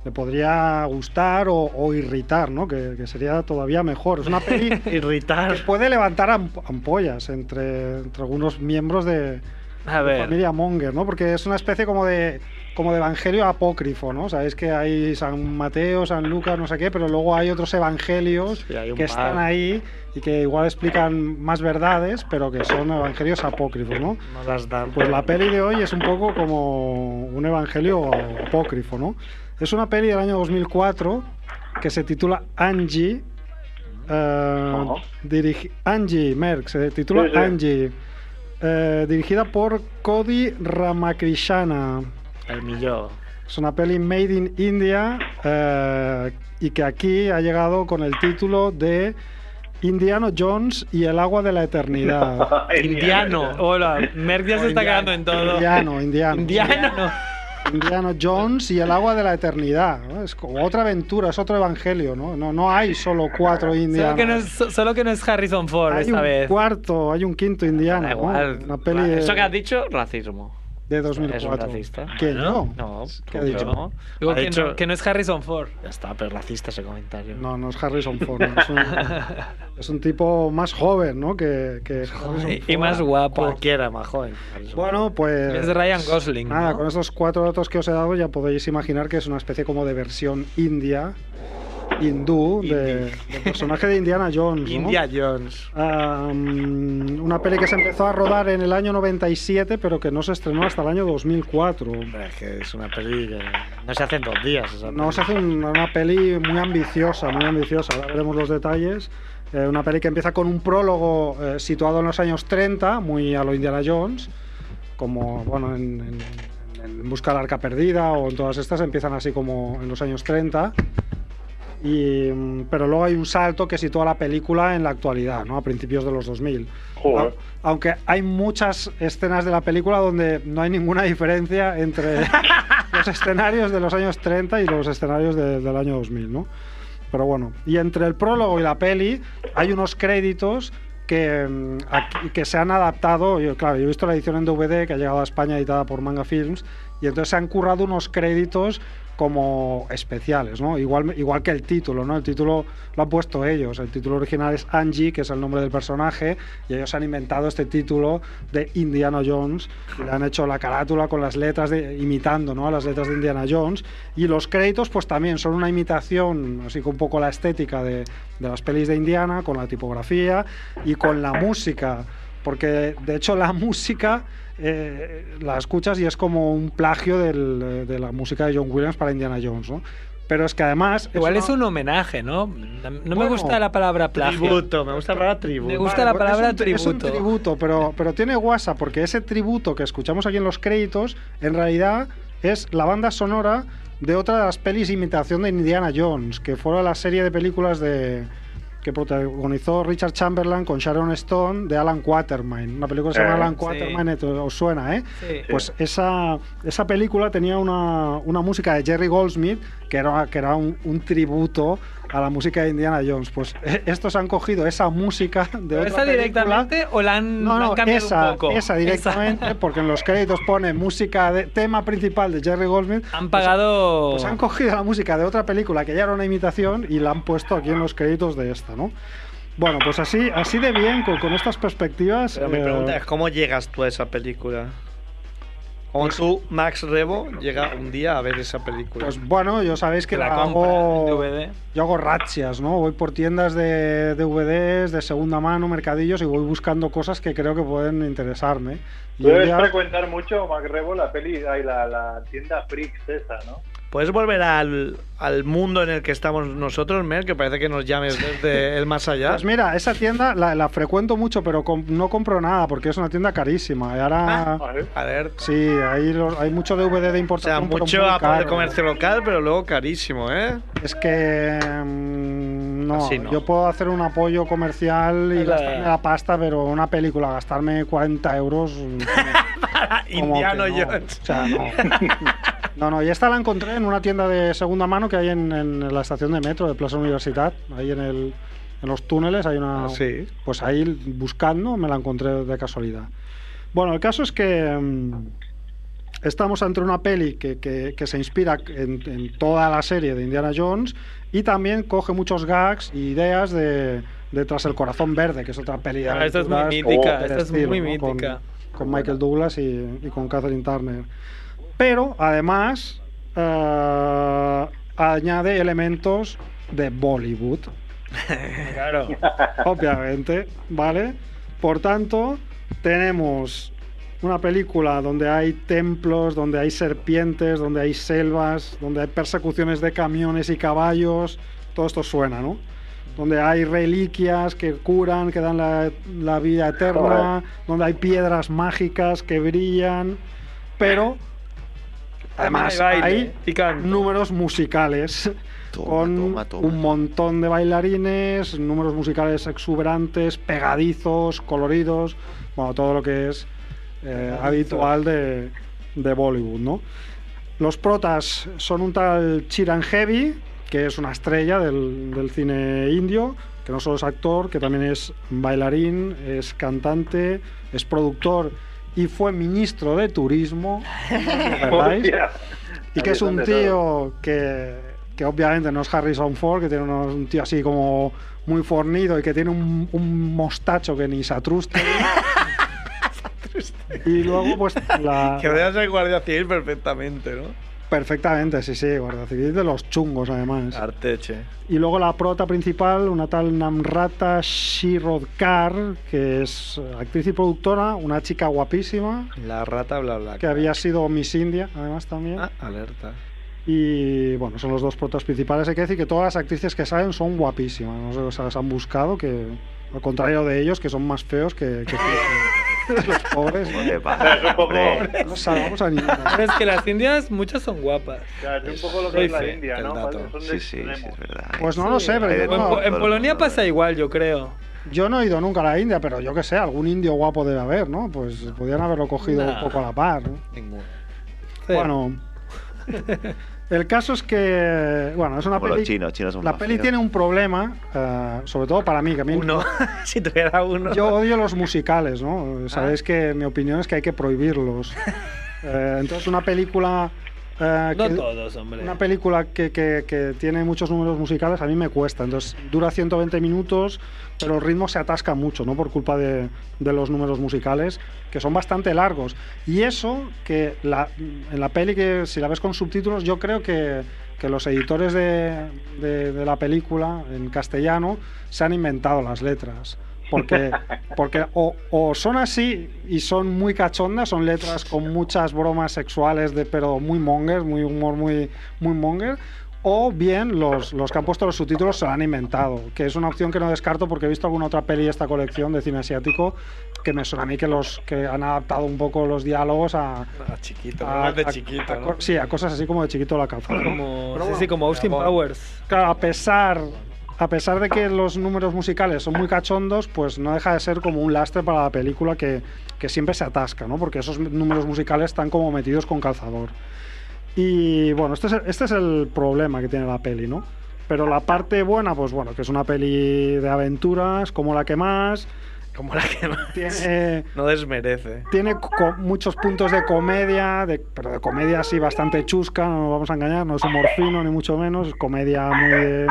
A: le podría gustar o, o irritar, ¿no? Que, que sería todavía mejor. Es una peli
B: irritar.
A: que puede levantar amp- ampollas entre, entre algunos miembros de,
C: A
A: de
C: ver.
A: familia Monger, ¿no? Porque es una especie como de como de evangelio apócrifo, ¿no? Sabéis que hay San Mateo, San Lucas, no sé qué, pero luego hay otros evangelios
B: hay un
A: que están
B: par.
A: ahí y que igual explican más verdades, pero que son evangelios apócrifos, ¿no?
B: No las dan.
A: Pues la peli de hoy es un poco como un evangelio apócrifo, ¿no? Es una peli del año 2004 que se titula Angie. eh, dirigi- Angie Merck, se titula
L: Sí, sí.
A: Angie. eh, dirigida por Cody Ramakrishana.
B: El millo.
A: Es una peli made in India eh, y que aquí ha llegado con el título de Indiano Jones y el agua de la eternidad.
C: Indiano. Hola, Merck ya se está cagando en todo.
A: Indiano, indiano.
C: Indiano.
A: Indiano Jones y el agua de la eternidad. ¿no? Es como otra aventura, es otro evangelio, ¿no? No, no hay solo cuatro
C: Solo que, no
A: indianos.
C: es, so- solo que no es Harrison Ford
A: Hay
C: esta
A: un
C: vez.
A: cuarto, hay un quinto indiano.
B: Da
A: ¿no?
B: igual.
A: Una peli
B: Ra-
A: de,
B: Eso que has dicho, racismo.
A: de
B: ¿Es un
A: 2004.
B: racista?
A: ¿Quién, yo?
B: No,
A: ¿Qué
B: ¿qué
A: ha dicho?
B: No.
C: Digo
B: Ha
C: que,
B: dicho-
C: no, que no es Harrison Ford.
B: Ya está, pero racista ese comentario.
A: No, no es Harrison Ford. no, Es, un, es un tipo más joven, ¿no? Que, que
C: Y-
A: Harrison
C: Y
A: Ford.
C: más guapo.
B: Cualquiera, más joven.
A: Bueno, pues.
C: Es Ryan Gosling.
A: Nada,
C: ¿no?
A: Ah, con estos cuatro datos que os he dado ya podéis imaginar que es una especie como de versión india, hindú, de- del personaje de Indiana Jones. ¿no?
B: India Jones.
A: Am, una peli que se empezó a rodar en el año 97, pero que no se estrenó hasta el año 2004.
B: Hombre, es que es una peli que no se hace en dos días. esa
A: No, se hace un- una peli muy ambiciosa, muy ambiciosa. Ahora veremos los detalles. Eh, una peli que empieza con un prólogo eh, situado en los años 30, muy a lo Indiana Jones, como bueno, en, en- en Busca del Arca Perdida o en todas estas empiezan así como en los años 30. Y, mm, pero luego hay un salto que sitúa la película en la actualidad, ¿no? a principios de los 2000.
L: Joder.
A: Au- Aunque hay muchas escenas de la película donde no hay ninguna diferencia entre los escenarios de los años 30 y los escenarios de- del año 2000, ¿no? Pero bueno, y entre el prólogo y la peli hay unos créditos que, mm, aquí- que se han adaptado. Yo, claro, yo he visto la edición en DVD que ha llegado a España editada por Manga Films y entonces se han currado unos créditos como especiales, ¿no? Igual, igual que el título, ¿no? El título lo han puesto ellos. El título original es Angie, que es el nombre del personaje, y ellos han inventado este título de Indiana Jones. Y le han hecho la carátula con las letras, de, imitando, ¿no? A las letras de Indiana Jones. Y los créditos, pues también son una imitación, así que un poco la estética de, de las pelis de Indiana, con la tipografía y con la música. Porque de hecho la música eh, la escuchas y es como un plagio del- de la música de John Williams para Indiana Jones, ¿no? Pero es que además...
C: Igual
A: una-
C: es un homenaje, ¿no? No me
A: Bueno,
C: gusta la palabra plagio.
A: tributo,
B: me gusta la palabra tributo.
C: Me gusta la
A: Vale,
C: palabra
A: es un, es un
C: tributo.
A: tributo, pero, pero tiene guasa, porque ese tributo que escuchamos aquí en los créditos, en realidad es la banda sonora de otra de las pelis imitación de Indiana Jones, que fue la serie de películas de que protagonizó Richard Chamberlain con Sharon Stone de Alan Quatermain. Una película que se llama
H: Eh,
A: Alan
H: sí.
A: Quatermain, te- os suena, ¿eh?
H: Sí.
A: Pues esa, esa película tenía una, una música de Jerry Goldsmith que era, que era un, un tributo a la música de Indiana Jones. Pues eh, estos han cogido esa música de
C: ¿Pero
A: otra
C: ¿Esa
A: película.
C: directamente o la han,
A: No,
C: la han
A: no,
C: cambiado
A: esa,
C: un poco?
A: esa directamente,
C: Esa.
A: porque en los créditos pone música, de, tema principal de Jerry Goldsmith.
C: Han pagado...
A: Pues han cogido la música de otra película que ya era una imitación y la han puesto aquí en los créditos de esta, ¿no? Bueno, pues así, así de bien, con, con estas perspectivas.
B: Pero mi
A: eh,
B: pregunta es, ¿cómo llegas tú a esa película? ¿Cómo tú, Max Rebo, llega un día a ver esa película?
A: Pues bueno, yo sabéis que
B: Te la
A: hago,
B: compran en DVD.
A: yo hago rachias, ¿no? Voy por tiendas de DVDs, de segunda mano, mercadillos y voy buscando cosas que creo que pueden interesarme.
L: Tú
A: Y
H: Pues
A: un
L: debes
A: día-
L: frecuentar mucho, Macrebo, la peli, ay, la, la tienda Fricks esa, ¿no?
B: ¿Puedes volver al, al mundo en el que estamos nosotros, Mer? Que parece que nos llames desde el más allá.
A: Pues mira, esa tienda la, la frecuento mucho, pero com- no compro nada porque es una tienda carísima. Y ahora...
B: Ah, A ver.
A: Sí, hay, los- hay mucho DVD de
B: O sea,
A: importación. pero
B: mucho
A: muy
B: apoyo al
A: caro.
B: comercio local, pero luego carísimo, ¿eh?
A: Es que mm, no,
B: Así no.
A: yo puedo hacer un apoyo comercial y
B: Es la-
A: gastarme la pasta, pero una película, gastarme 40 euros. mm, como
B: Indiano
A: que no.
B: Jones.
A: O sea, no. No, no, y esta la encontré en una tienda de segunda mano que hay en, en la estación de metro de Plaza Universidad, ahí en, el, en los túneles hay una...
B: Ah, sí.
A: Pues ahí buscando me la encontré de casualidad. Bueno, el caso es que mm, estamos ante una peli que, que- que se inspira en, en toda la serie de Indiana Jones y también coge muchos gags e ideas de, de Tras el Corazón Verde, que es otra peli de
C: Ah, esta es muy
A: aventuras
C: mítica,
A: del
C: esta es muy
A: ¿no? Con-
C: mítica.
A: con Michael Douglas y, y con Catherine Turner. Pero además eh, añade elementos de Bollywood.
C: Claro.
A: Obviamente, ¿vale? Por tanto, tenemos una película donde hay templos, donde hay serpientes, donde hay selvas, donde hay persecuciones de camiones y caballos. Todo esto suena, ¿no? Donde hay reliquias que curan, que dan la, la vida eterna,
L: Joder.
A: donde hay piedras mágicas que brillan, pero además
C: Hay baile
A: hay números musicales con un montón de bailarines, números musicales exuberantes, pegadizos, coloridos, bueno, todo lo que es eh, habitual de, de Bollywood, ¿no? Los protas son un tal Chiran Heavy, que es una estrella del, del cine indio, que no solo es actor, que también es bailarín, es cantante, es productor y fue ministro de turismo. ¿recordáis?
L: Hostia.
A: Y que es
L: Había
A: un
L: de todo.
A: tío que, que obviamente no es Harrison Ford, que tiene unos- un tío así como muy fornido y que tiene un, un mostacho que ni se atruste. y luego pues la...
B: Que veas el guardia civil perfectamente, ¿no?
A: Perfectamente, sí, sí, guarda civil de los chungos además.
B: Arteche.
A: Y luego la prota principal, una tal Namrata Shirodkar, que es actriz y productora, una chica guapísima,
B: La rata bla bla. Ah,
A: que había sido Miss India además también.
L: Ah,
B: Alerta.
A: Y bueno, son los dos protas principales. Hay que decir que todas las actrices que salen son guapísimas. No sé, o sea, las han buscado, que al contrario de ellos, que son más feos que, que- que los pobres.
F: Joder, pasa, hombre.
A: No salvamos a ninguna.
C: Pero es que las indias muchas son guapas.
L: es un poco lo
C: Soy
L: que es la
C: fe,
L: India,
C: el
L: ¿no?
C: dato.
L: Son de
F: Sí, sí, sí,
L: extremos.
F: es verdad.
A: Pues no lo sé, pero
F: Hay de
A: yo no-
F: todo,
C: En
F: todo.
C: Polonia pasa igual, yo creo.
A: Yo no he ido nunca a la India, pero yo que sé, algún indio guapo debe haber, ¿no? Pues podían haberlo cogido
C: Nah.
A: un poco a la par, ¿no?
B: Ninguno.
A: Bueno, el caso es que, bueno, es una
F: Como los
A: peli...
F: chinos, chinos son
A: la
F: más
A: peli
F: feos.
A: tiene un problema, eh, sobre todo para mí, que a mí
B: Uno. si tuviera uno.
A: Yo odio los musicales,
C: Ah.
A: ¿no? Sabéis que mi opinión es que hay que prohibirlos. Eh, entonces, una película eh,
C: No
A: que-
C: todos, hombre.
A: Una película que, que- que tiene muchos números musicales a mí me cuesta. Entonces dura 120 minutos, pero el ritmo se atasca mucho, ¿no? Por culpa de, de los números musicales, que son bastante largos. Y eso, que la- en la peli, que si la ves con subtítulos, yo creo que, que los editores de, de- de la película en castellano se han inventado las letras. Porque, porque o, o son así y son muy cachondas, son letras con muchas bromas sexuales, de, pero muy monger, muy humor muy, muy monger, o bien los, los que han puesto los subtítulos se lo han inventado, que es una opción que no descarto porque he visto alguna otra peli de esta colección de cine asiático que me suena a mí que, los, que han adaptado un poco los diálogos a...
G: Ah, chiquito,
A: a-
G: más de
A: a-
G: chiquito.
A: a
G: ¿no?
A: co- sí, a cosas así como de chiquito la calzada.
C: Como, sí,
A: Pero bueno,
C: sí, como Austin
A: amor.
C: Powers.
A: Claro, a pesar, a pesar de que los números musicales son muy cachondos, pues no deja de ser como un lastre para la película que, que siempre se atasca, ¿no? Porque esos números musicales están como metidos con calzador. Y bueno, este es, el- este es el problema que tiene la peli, ¿no? Pero la parte buena, pues bueno, que es una peli de aventuras, como la que más.
G: Como la que más.
A: Tiene,
G: No desmerece.
A: tiene co- muchos puntos de comedia, de- pero de comedia así bastante chusca, no nos vamos a engañar, no es humor fino ni mucho menos, es comedia muy de...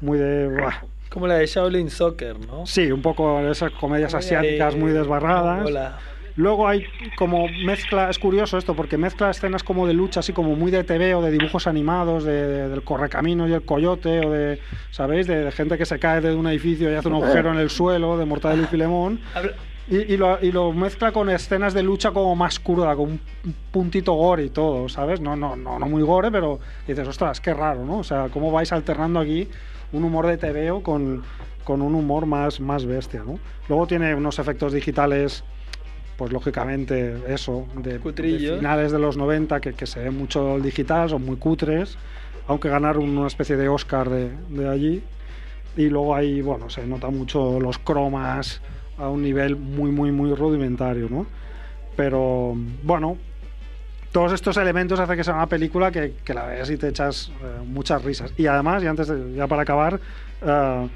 A: Muy de buah.
C: Como la de Shaolin Soccer, ¿no?
A: Sí, un poco esas comedias
C: Comedia de-
A: asiáticas muy desbarradas.
C: Hola.
A: Luego hay como mezcla, es curioso esto, porque mezcla escenas como de lucha, así como muy de TV o de dibujos animados, de, de- del correcamino y el coyote, o de, ¿sabéis? De, de gente que se cae de un edificio y hace un agujero en el suelo, de Mortadelo y Filemón. Y, y lo, y lo mezcla con escenas de lucha como más cruda, con un puntito gore y todo, ¿sabes? No, no, no, no muy gore, pero dices, ostras, qué raro, ¿no? O sea, cómo vais alternando aquí un humor de TVO con, con un humor más, más bestia, ¿no? Luego tiene unos efectos digitales pues lógicamente eso, de,
C: Cutrillos.
A: de finales de los 90, que, que se ve mucho el digital, son muy cutres, aunque ganaron una especie de Oscar de, de allí. Y luego ahí, bueno, se nota mucho los cromas a un nivel muy, muy, muy rudimentario, ¿no? Pero, bueno, todos estos elementos hacen que sea una película que, que la veas y te echas eh, muchas risas. Y además, y antes de- ya para acabar, eh,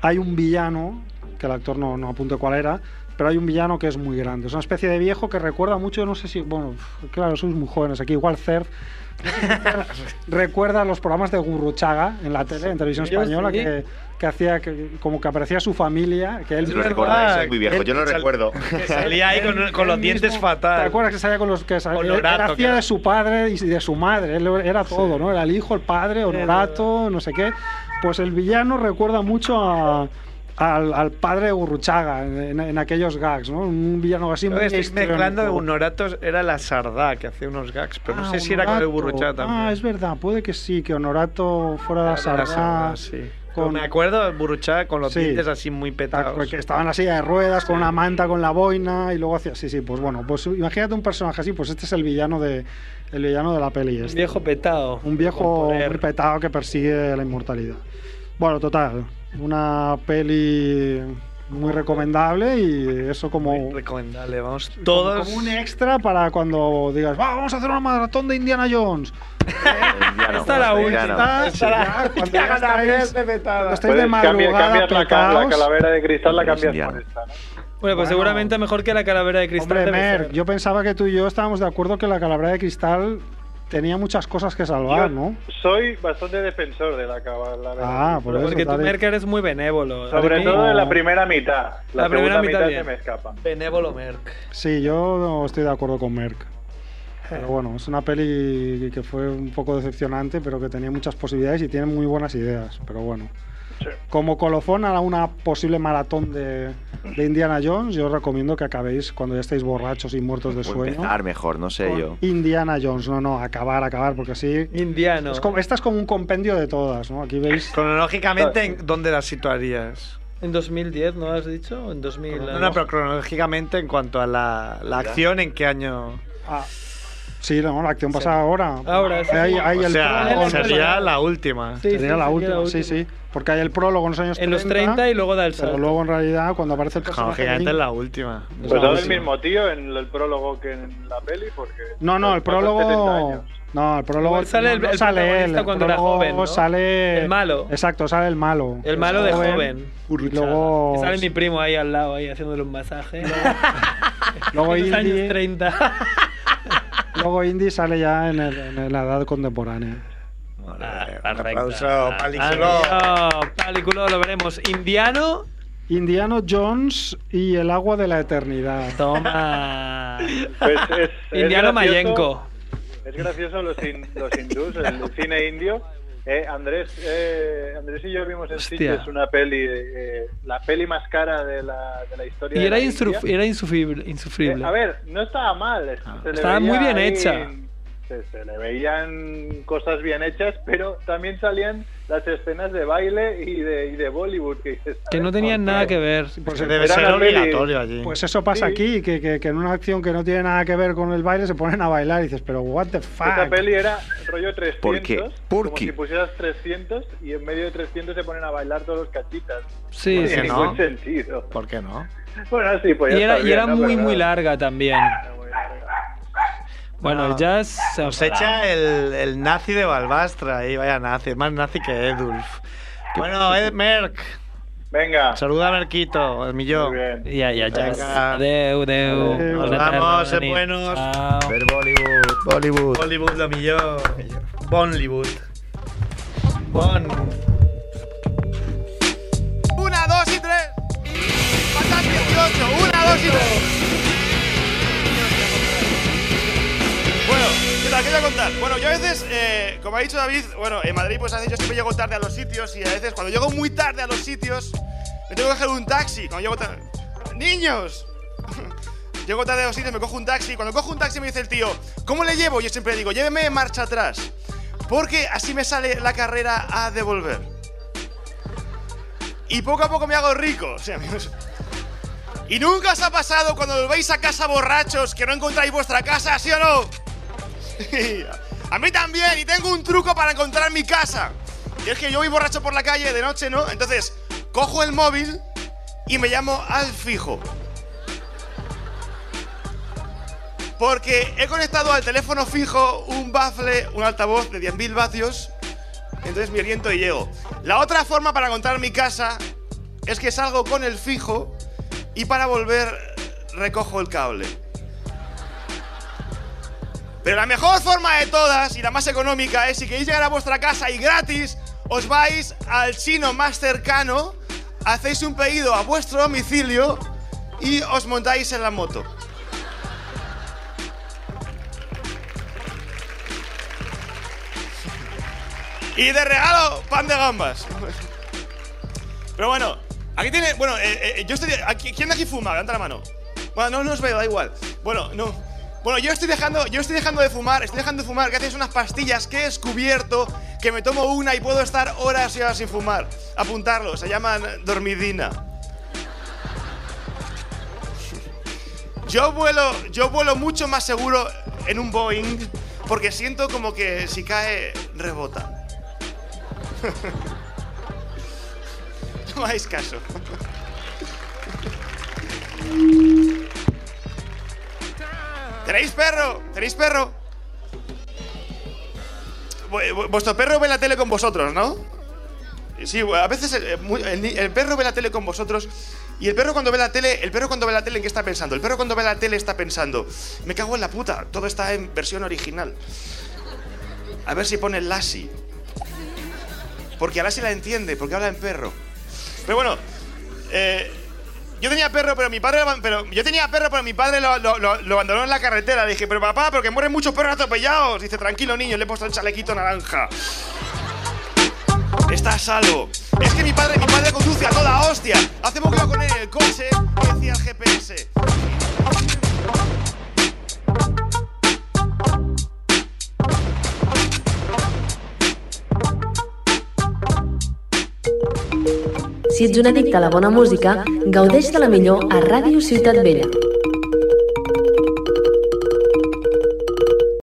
A: hay un villano, que el actor no, no apunto cuál era, pero hay un villano que es muy grande. Es una especie de viejo que recuerda mucho, no sé si, bueno, uf, claro, sois muy jóvenes aquí, igual Cerf. recuerda los programas de Gurruchaga en la tele, en televisión
C: Yo
A: española,
C: sí.
A: que, que hacía que- como que aparecía su familia, que él
F: Si lo recordáis, sois muy viejo. Yo no
G: sal-
F: recuerdo.
G: Que salía ahí con, con los dientes
A: ¿Te
G: fatal.
A: acuerdas que salía con los que salía?
G: Honorato,
A: Era
G: que
A: hacía
G: era.
A: de su padre y de su madre, él era todo, ¿no? Era el hijo, el padre, Honorato, no sé qué. Pues el villano recuerda mucho a- al, al padre de Gurruchaga en, en aquellos gags, ¿no? Un villano así
G: Creo que
A: muy
G: estoy
A: histriónico.
G: mezclando Honoratos, era la Sardá que hacía unos gags, pero no
A: Ah,
G: sé si era con el
A: Honorato.
G: burruchá
A: Ah,
G: también.
A: es verdad, puede que sí, que Honorato fuera de
G: Era la
A: Sardá.
G: Sardá, sí. Pero
A: con-
G: Me acuerdo del burruchá con los
A: Sí.
G: dientes así muy petados.
A: Que estaba en la silla de ruedas con una manta, con la boina y luego hacía. Sí, sí, pues bueno, pues imagínate un personaje así, pues este es el villano de, el villano de la peli.
C: Un
A: este.
C: viejo petado.
A: Un
C: Con
A: viejo
C: poder.
A: muy petado que persigue la inmortalidad. Bueno, total, una peli muy recomendable y eso como,
G: Recomendable, vamos todos.
A: Oh. como un e- extra para cuando digas, "Va, vamos a hacer una maratón de Indiana Jones.
F: Indiana,
C: Esta la
F: Indiana.
C: última.
A: Ah,
G: Sí.
A: ya, cuando ya
G: Con la
A: estáis-
G: piel de petada.
A: cuando estáis de
L: Puedes cambiar-
A: madrugada
L: cambias la, ca- la
A: apretados.
L: calavera de cristal, la
F: Pero es
L: cambias por
F: indiano.
L: esta, ¿no?
C: Bueno, pues
A: Bueno.
C: seguramente mejor que la calavera de cristal.
A: Hombre,
C: debe
A: Merck,
C: ser.
A: yo pensaba que tú y yo estábamos de acuerdo que la calavera de cristal tenía muchas cosas que salvar,
L: Yo
A: ¿no?
L: Soy bastante defensor de la cabalgada.
A: Ah, por eso.
C: Porque tú,
A: Dale.
C: Merck, eres muy benévolo.
L: Sobre
A: Como-
L: todo en la primera mitad. La,
C: La
L: segunda
C: primera mitad
L: mitad,
C: bien.
L: se me escapa.
G: Benévolo Merck.
A: Sí, yo no estoy de acuerdo con Merck. Pero bueno, es una peli que fue un poco decepcionante, pero que tenía muchas posibilidades y tiene muy buenas ideas. Pero bueno.
L: Sí.
A: Como colofón a una posible maratón de, de Indiana Jones, yo os recomiendo que acabéis cuando ya estéis borrachos y muertos de
F: O
A: sueño.
F: empezar mejor, no sé
A: Pues con
F: yo.
A: Indiana Jones, no, no, acabar, acabar, porque así.
C: Indiano.
A: Es como- esta es como un compendio de todas, ¿no? Aquí veis
L: Ah,
G: Cronológicamente, ¿en ¿dónde la situarías?
C: En 2010, ¿no has dicho? ¿O En 2000.
G: No, no, pero cronológicamente, en cuanto a la, la acción, ¿en qué año?
A: Ah, sí, no, la acción pasa ahora.
C: Ahora, sí.
A: Hay, hay
G: o
A: el
G: sea,
A: prólogo,
G: sería la última.
C: Sí,
A: sería
C: sí,
A: la
C: sí,
A: última, sí, sí. Porque hay el prólogo en los años
C: En los 30 y luego da el
A: Pero
C: salto.
A: luego en realidad cuando aparece el personaje...
G: Cronológicamente es
A: de-
G: la última.
A: Es
L: Pues
A: la
L: sale el
A: última.
L: mismo tío en el prólogo que en la peli, porque.
A: No, no, el
L: pasan 70
A: prólogo...
L: años.
A: No, el prólogo
C: Igual sale
A: no,
C: el-
A: no
C: el
A: sale él,
C: protagonista
A: el
C: cuando era
A: prólogo
C: joven, ¿no?
A: sale...
C: El malo.
A: Exacto, sale el malo.
C: El malo de joven.
A: Y luego...
C: Que Sale mi primo ahí al lado, ahí haciéndole un masaje.
A: Luego
C: en los años
A: Indy,
C: 30.
A: luego indie sale ya en, el- en la edad contemporánea.
G: Ah, aplauso,
C: Perfecto.
G: Paliculó.
C: Adiós, Paliculó, lo veremos. Indiano.
A: Indiano Jones y el agua de la eternidad.
C: Toma.
L: Pues es- es gracioso-
C: Indiano Mayenko.
L: Es gracioso los, hin- los hindús, el cine indio. Eh, Andrés, eh, Andrés y yo vimos en
C: Hostia.
L: Sitges una peli, eh, la peli más cara de la, de la historia.
C: Y
L: de
C: era,
L: la
C: insufri-
L: India.
C: era insufrible. insufrible.
L: Eh, a ver, no estaba mal. es- se le
C: Ah, Estaba
L: veía
C: muy bien
L: ahí-
C: hecha.
L: Se, se le veían cosas bien hechas, pero también salían las escenas de baile y de, y de Bollywood. Que, dices,
C: que no tenían nada que ver.
L: Era una peli-
A: Pues eso pasa
L: Pues, eh, Sí.
A: aquí, que, que- que en una acción que no tiene nada que ver con el baile se ponen a bailar y dices, pero what the
L: Esa
A: fuck.
L: peli era rollo 300.
A: ¿Por qué? ¿Por
L: como
A: qué?
L: si pusieras 300 y en medio de 300 se ponen a bailar todos los cachitas.
C: Sí,
L: no
C: sí,
L: tiene
C: sí.
L: ningún sentido.
B: ¿Por qué no?
L: Bueno, sí, pues
C: y
L: ya
C: era,
L: está
C: y era
L: bien, ¿no?
C: muy,
L: Pero
C: muy
L: no.
C: larga también. Bueno,
L: Ah.
B: No.
C: ya se
B: Nos echa el, el nazi de Balbastra ahí, vaya nazi, es más nazi que Edulf. Bueno, Ed Merck.
L: Venga.
B: Saluda a Merquito, el millón.
C: Ya, ya, ya.
B: Venga.
C: Adeu, adeu.
B: Nos
C: Bona tarda,
B: vamos,
C: bona
B: sed
L: eh,
C: nit.
B: buenos.
C: Chao.
B: Ver Bollywood, Bollywood. Bollywood lo millón. Bonlywood. Bon.
E: Una, dos y tres. Pasan 18. Una, dos y tres.
H: Bueno, ¿qué tal? ¿Qué te voy a contar? Bueno, yo a veces, eh, como ha dicho David, bueno, en Madrid pues a veces yo siempre llego tarde a los sitios y a veces cuando llego muy tarde a los sitios me tengo que coger un taxi. Cuando llego tarde... ¡Niños! llego tarde a los sitios, me cojo un taxi. Cuando cojo un taxi me dice el tío, ¿cómo le llevo? Yo siempre digo, lléveme en marcha atrás. Porque así me sale la carrera a devolver. Y poco a poco me hago rico. O sea, amigos, ¿Y nunca os ha pasado cuando volvéis a casa borrachos que no encontráis vuestra casa, sí o no? a mí también, y tengo un truco para encontrar mi casa. Y es que yo voy borracho por la calle de noche, ¿no? Entonces, cojo el móvil y me llamo al fijo. Porque he conectado al teléfono fijo un bafle, un altavoz de 10.000 vatios. Entonces me oriento y llego. La otra forma para encontrar mi casa es que salgo con el fijo y para volver recojo el cable. Pero la mejor forma de todas y la más económica es si queréis llegar a vuestra casa y gratis os vais al chino más cercano, hacéis un pedido a vuestro domicilio y os montáis en la moto. Y de regalo, pan de gambas. Pero bueno, aquí tiene. Bueno, eh, eh, yo estoy. aquí- ¿Quién de aquí fuma? Levanta la mano. Bueno, no, no os veo, da igual. Bueno, no. Bueno, yo estoy dejando, yo estoy dejando de fumar, estoy dejando de fumar gracias a unas pastillas que he descubierto, que me tomo una y puedo estar horas y horas sin fumar. Apuntarlo, se llaman dormidina. Yo vuelo, yo vuelo mucho más seguro en un Boeing porque siento como que si cae rebota. No hagáis caso. ¿Tenéis perro? ¿Tenéis perro? Vu- vu- Vuestro perro ve la tele con vosotros, ¿no? Sí, a veces eh, muy- el, ni- el perro ve la tele con vosotros y el perro cuando ve la tele, el perro cuando ve la tele, ¿en qué está pensando? El perro cuando ve la tele está pensando, me cago en la puta, todo está en versión original. A ver si pone Lassie. Porque a Lassie la entiende, porque habla en perro. Pero bueno, eh, yo tenía perro, pero mi padre, lo aban- pero yo tenía perro, pero mi padre lo, lo- lo- lo abandonó en la carretera. Le dije, pero papá, pero que mueren muchos perros atropellados. Dice, tranquilo niño, le he puesto el chalequito naranja. Está a salvo. Es que mi padre, mi padre conduce a toda hostia. Hace poco iba con él en el coche y decía el GPS.
M: Si ets un addicte a la bona música, gaudeix de la millor a Ràdio Ciutat Vella.